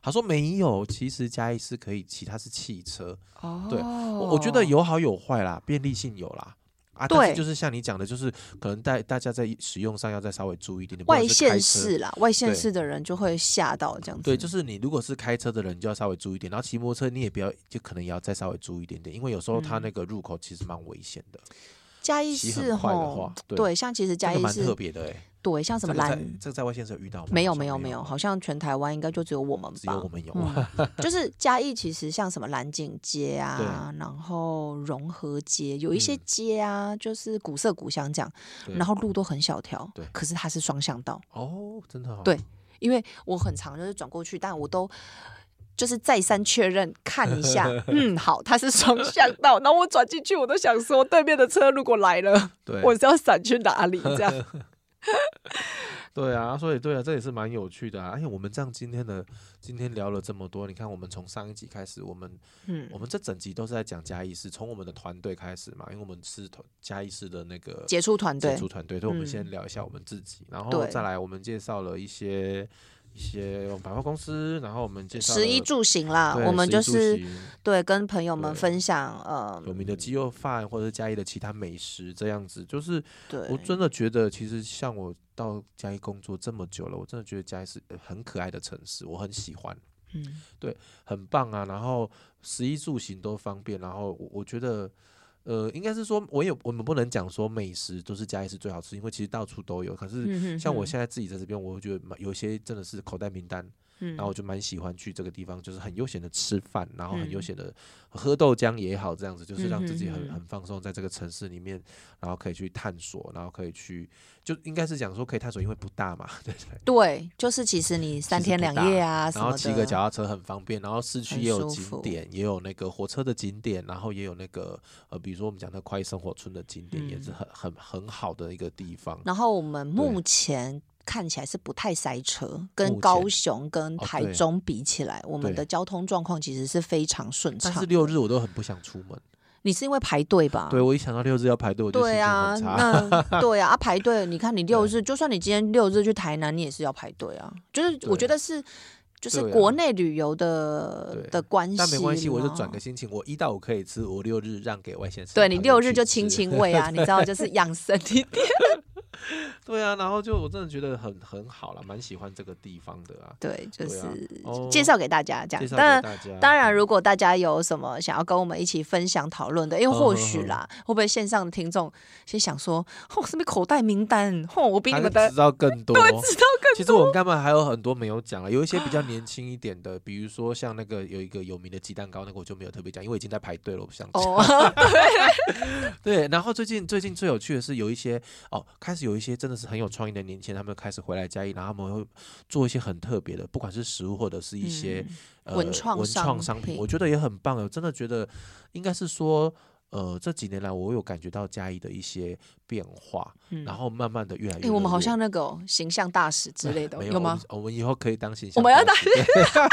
[SPEAKER 1] 他说：“没有，其实嘉义是可以骑，它是汽车。
[SPEAKER 2] 哦
[SPEAKER 1] 对我我觉得有好有坏啦，便利性有啦。啊，但是
[SPEAKER 2] 对
[SPEAKER 1] 就是像你讲的，就是可能在大家在使用上要再稍微注意一点点。不
[SPEAKER 2] 外
[SPEAKER 1] 管是开
[SPEAKER 2] 县
[SPEAKER 1] 车
[SPEAKER 2] 市啦，外县
[SPEAKER 1] 对
[SPEAKER 2] 市的人就会吓到这样子。
[SPEAKER 1] 对，就是你如果是开车的人，你就要稍微注意一点，然后骑摩托车你也不要，就可能也要再稍微注意一点点，因为有时候
[SPEAKER 2] 嗯
[SPEAKER 1] 它那个入口其实蛮危险的，
[SPEAKER 2] 嘉义
[SPEAKER 1] 骑
[SPEAKER 2] 市
[SPEAKER 1] 很快的
[SPEAKER 2] 吼
[SPEAKER 1] 话，，对，
[SPEAKER 2] 对，像其实
[SPEAKER 1] 这
[SPEAKER 2] 嘉
[SPEAKER 1] 个
[SPEAKER 2] 义
[SPEAKER 1] 蛮特
[SPEAKER 2] 市，
[SPEAKER 1] 别的哎、欸。
[SPEAKER 2] 对，像什
[SPEAKER 1] 这
[SPEAKER 2] 么
[SPEAKER 1] 个在
[SPEAKER 2] 兰，
[SPEAKER 1] 这个在外县市有遇到吗？
[SPEAKER 2] 没有
[SPEAKER 1] 好像
[SPEAKER 2] 没有没
[SPEAKER 1] 没
[SPEAKER 2] 有，
[SPEAKER 1] 吧
[SPEAKER 2] 好像全台湾应该就只有我们
[SPEAKER 1] 只有
[SPEAKER 2] 吧
[SPEAKER 1] 我。们有。啊
[SPEAKER 2] 嗯 就是嘉义其实像什么蓝景街啊，
[SPEAKER 1] 对
[SPEAKER 2] 然后融合街，有一些
[SPEAKER 1] 嗯
[SPEAKER 2] 街啊，就是古色古香这样，
[SPEAKER 1] 对
[SPEAKER 2] 然后路都很小条
[SPEAKER 1] 对，
[SPEAKER 2] 可是它是双向道，
[SPEAKER 1] 哦，真的、哦、
[SPEAKER 2] 对因为我很常就是转过去，但我都。就是再三确认看一 下，嗯，好，它是双向道。然后我转进去，我都想说，对面的车如果来了，
[SPEAKER 1] 对
[SPEAKER 2] 我是要闪去哪里？这样，
[SPEAKER 1] 对啊，所以对啊，这也是蛮有趣的啊。而且我们这样今天的今天聊了这么多，你看我们从上一集开始，我们
[SPEAKER 2] 嗯
[SPEAKER 1] 我，们这整集都是在讲嘉义市，从我们的团队开始嘛，因为我们是团嘉义市的那个
[SPEAKER 2] 杰出团
[SPEAKER 1] 接
[SPEAKER 2] 队
[SPEAKER 1] 触团队，所以我们先
[SPEAKER 2] 嗯
[SPEAKER 1] 聊一下我们自己，然后
[SPEAKER 2] 对
[SPEAKER 1] 再来我们介绍了一些一些百货公司，然后我们介绍
[SPEAKER 2] 食衣
[SPEAKER 1] 了
[SPEAKER 2] 住行啦，
[SPEAKER 1] 对
[SPEAKER 2] 我
[SPEAKER 1] 食
[SPEAKER 2] 们
[SPEAKER 1] 衣
[SPEAKER 2] 就
[SPEAKER 1] 住
[SPEAKER 2] 是
[SPEAKER 1] 行
[SPEAKER 2] 对跟朋友们
[SPEAKER 1] 对
[SPEAKER 2] 分享，呃，
[SPEAKER 1] 有名的鸡肉饭或者是嘉义的其他美食这样子，就是我
[SPEAKER 2] 对，
[SPEAKER 1] 真的觉得其实像我到嘉义工作这么久了，我真的觉得嘉义是呃很可爱的城市，我很喜欢。
[SPEAKER 2] 嗯，
[SPEAKER 1] 很棒啊，然后食衣住行都方便，然后我我觉得，呃，应该是说，我也我们不能讲说美食都是嘉义是最好吃，因为其实到处都有。可是
[SPEAKER 2] 嗯哼
[SPEAKER 1] 像我
[SPEAKER 2] 哼
[SPEAKER 1] 现在自己在这边，我会觉得蛮有些真的是口袋名单，
[SPEAKER 2] 嗯
[SPEAKER 1] 然后我就蛮喜欢去这个地方，就是很悠闲的吃饭，然后很悠
[SPEAKER 2] 嗯
[SPEAKER 1] 闲的喝豆浆也好，这样子就是让自己
[SPEAKER 2] 嗯哼
[SPEAKER 1] 很
[SPEAKER 2] 哼
[SPEAKER 1] 很放松，在这个城市里面，然后可以去探索，然后可以去，就应该是讲说可以探索，因为不大嘛，对不对？
[SPEAKER 2] 对，就是其实你三
[SPEAKER 1] 其实
[SPEAKER 2] 天
[SPEAKER 1] 不
[SPEAKER 2] 两
[SPEAKER 1] 大
[SPEAKER 2] 夜啊什
[SPEAKER 1] 然后
[SPEAKER 2] 么的，
[SPEAKER 1] 骑个脚踏车很方便，然后市区
[SPEAKER 2] 很
[SPEAKER 1] 也有
[SPEAKER 2] 舒
[SPEAKER 1] 景
[SPEAKER 2] 服
[SPEAKER 1] 点，也有那个火车的景点，然后也有那个呃，比如说我们讲的快生活村的景点，也是
[SPEAKER 2] 嗯
[SPEAKER 1] 很很很好的一个地方。
[SPEAKER 2] 然后我们
[SPEAKER 1] 对
[SPEAKER 2] 目前看起来是不太塞车，
[SPEAKER 1] 目
[SPEAKER 2] 跟
[SPEAKER 1] 前
[SPEAKER 2] 高雄跟
[SPEAKER 1] 哦
[SPEAKER 2] 台
[SPEAKER 1] 对
[SPEAKER 2] 中比起来，我们
[SPEAKER 1] 对
[SPEAKER 2] 的交通状况其实是非常顺
[SPEAKER 1] 但
[SPEAKER 2] 畅
[SPEAKER 1] 是。六日我都很不想出门，
[SPEAKER 2] 你是因为排队吧？
[SPEAKER 1] 对我一想到六日要排队，我就心
[SPEAKER 2] 啊对
[SPEAKER 1] 情
[SPEAKER 2] 啊，
[SPEAKER 1] 很差。
[SPEAKER 2] 那对啊，啊排队，你看你六
[SPEAKER 1] 对
[SPEAKER 2] 日，就算你今天六日去台南，你也是要排队啊。就是我
[SPEAKER 1] 对
[SPEAKER 2] 觉得是，就是
[SPEAKER 1] 对啊
[SPEAKER 2] 国内旅游的、
[SPEAKER 1] 对
[SPEAKER 2] 的关系，
[SPEAKER 1] 但没关系，我就转个。心情，我一到五可以吃，我六日让给外县市的
[SPEAKER 2] 对
[SPEAKER 1] 朋友去吃。
[SPEAKER 2] 你六日就亲亲喂啊，你知道，就是养生一点。
[SPEAKER 1] 对啊，然后就我真的觉得很很好啦，蛮喜欢这个地方的啊。
[SPEAKER 2] 对，就
[SPEAKER 1] 对
[SPEAKER 2] 是
[SPEAKER 1] 啊哦
[SPEAKER 2] 介绍给大家
[SPEAKER 1] 介
[SPEAKER 2] 这样。
[SPEAKER 1] 绍
[SPEAKER 2] 当然
[SPEAKER 1] 给，大家，
[SPEAKER 2] 当然，如果大家有什么想要跟我们一起分享讨论的，因为
[SPEAKER 1] 嗯
[SPEAKER 2] 或
[SPEAKER 1] 嗯
[SPEAKER 2] 许
[SPEAKER 1] 嗯
[SPEAKER 2] 啦，会不会线上的听众先想说，哦，什么口袋名单，哦，我比
[SPEAKER 1] 他
[SPEAKER 2] 你们
[SPEAKER 1] 会
[SPEAKER 2] 的
[SPEAKER 1] 知道 更多，
[SPEAKER 2] 知道更
[SPEAKER 1] 其实我们干嘛还有很多没有讲了，有一些比 较年轻一点的，比如说像那个有一个有名的鸡蛋糕，那个我就没有特别讲，因为已经在排队了，我不想讲。
[SPEAKER 2] 哦，
[SPEAKER 1] 对，然后最近最近最有趣的是有一些哦，开始有一些真的是很有创意的年轻人，他们开始回来嘉义，然后他们会做一些很特别的，不管是食物或者 是一些、呃
[SPEAKER 2] 嗯文创
[SPEAKER 1] 文
[SPEAKER 2] 商
[SPEAKER 1] 创商品，
[SPEAKER 2] 品
[SPEAKER 1] 我觉得也很棒。我真的觉得应该是说。呃，这几年来我有感觉到嘉义的一些变化，
[SPEAKER 2] 嗯
[SPEAKER 1] 然后慢慢的越来越热
[SPEAKER 2] 哎，
[SPEAKER 1] 络。
[SPEAKER 2] 我们好像那个哦形象大使之类的哦，
[SPEAKER 1] 没
[SPEAKER 2] 有吗？
[SPEAKER 1] 我们我们以后可以当形象
[SPEAKER 2] 我们要
[SPEAKER 1] 大使。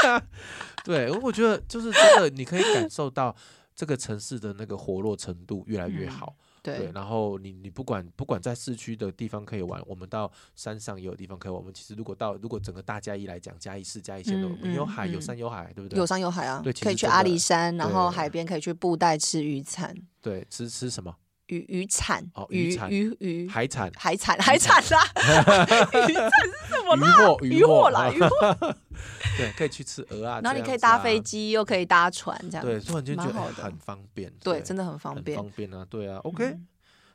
[SPEAKER 1] 对对，我我觉得就是真的，你可以感受到这个城市的那个活络程度越来
[SPEAKER 2] 嗯
[SPEAKER 1] 越好。对，
[SPEAKER 2] 对，
[SPEAKER 1] 然后你你不管不管在市区的地方可以玩，我们到山上也有地方可以玩。我们其实如果到如果整个大嘉义来讲，嘉义市、嘉义县的，
[SPEAKER 2] 嗯
[SPEAKER 1] 我们有
[SPEAKER 2] 嗯
[SPEAKER 1] 海、有
[SPEAKER 2] 嗯
[SPEAKER 1] 山有海，对不对？
[SPEAKER 2] 有山有海啊
[SPEAKER 1] 对，其
[SPEAKER 2] 可以
[SPEAKER 1] 实
[SPEAKER 2] 去
[SPEAKER 1] 真
[SPEAKER 2] 阿
[SPEAKER 1] 的
[SPEAKER 2] 里山，然后
[SPEAKER 1] 对
[SPEAKER 2] 海边可以去布袋吃渔产，
[SPEAKER 1] 对，吃吃什么？
[SPEAKER 2] 渔渔产
[SPEAKER 1] 哦，渔
[SPEAKER 2] 渔
[SPEAKER 1] 产
[SPEAKER 2] 渔渔
[SPEAKER 1] 海产、
[SPEAKER 2] 海产海产啦，渔产是什么
[SPEAKER 1] 渔
[SPEAKER 2] 啦？
[SPEAKER 1] 获、
[SPEAKER 2] 渔获啦，
[SPEAKER 1] 啊
[SPEAKER 2] 渔获。
[SPEAKER 1] 对，可以去吃鹅啊。
[SPEAKER 2] 然
[SPEAKER 1] 这
[SPEAKER 2] 后你
[SPEAKER 1] 样
[SPEAKER 2] 可以
[SPEAKER 1] 子
[SPEAKER 2] 搭
[SPEAKER 1] 啊
[SPEAKER 2] 飞，机，又可以搭船，这样
[SPEAKER 1] 对，突然间觉得
[SPEAKER 2] 蛮
[SPEAKER 1] 哎
[SPEAKER 2] 好的
[SPEAKER 1] 很方便，
[SPEAKER 2] 对，真的很方
[SPEAKER 1] 很
[SPEAKER 2] 便。
[SPEAKER 1] 方便啊，对啊，OK，
[SPEAKER 2] 嗯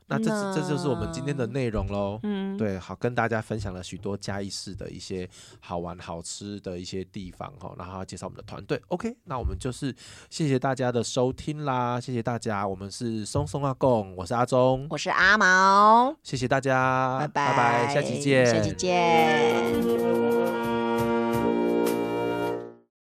[SPEAKER 1] 那这是这就是我们今天的
[SPEAKER 2] 那
[SPEAKER 1] 内容喽。
[SPEAKER 2] 嗯，
[SPEAKER 1] 对，好，跟大家分享了许多嘉义市的一些好玩、好吃的一些地方哈，然后介绍我们的团队。OK，那我们就是谢谢大家的收听啦，谢谢大家，我们是松松阿贡，我是阿忠，
[SPEAKER 2] 我是阿毛，
[SPEAKER 1] 谢谢大家，
[SPEAKER 2] 拜
[SPEAKER 1] 拜，下期见，
[SPEAKER 2] 下期见。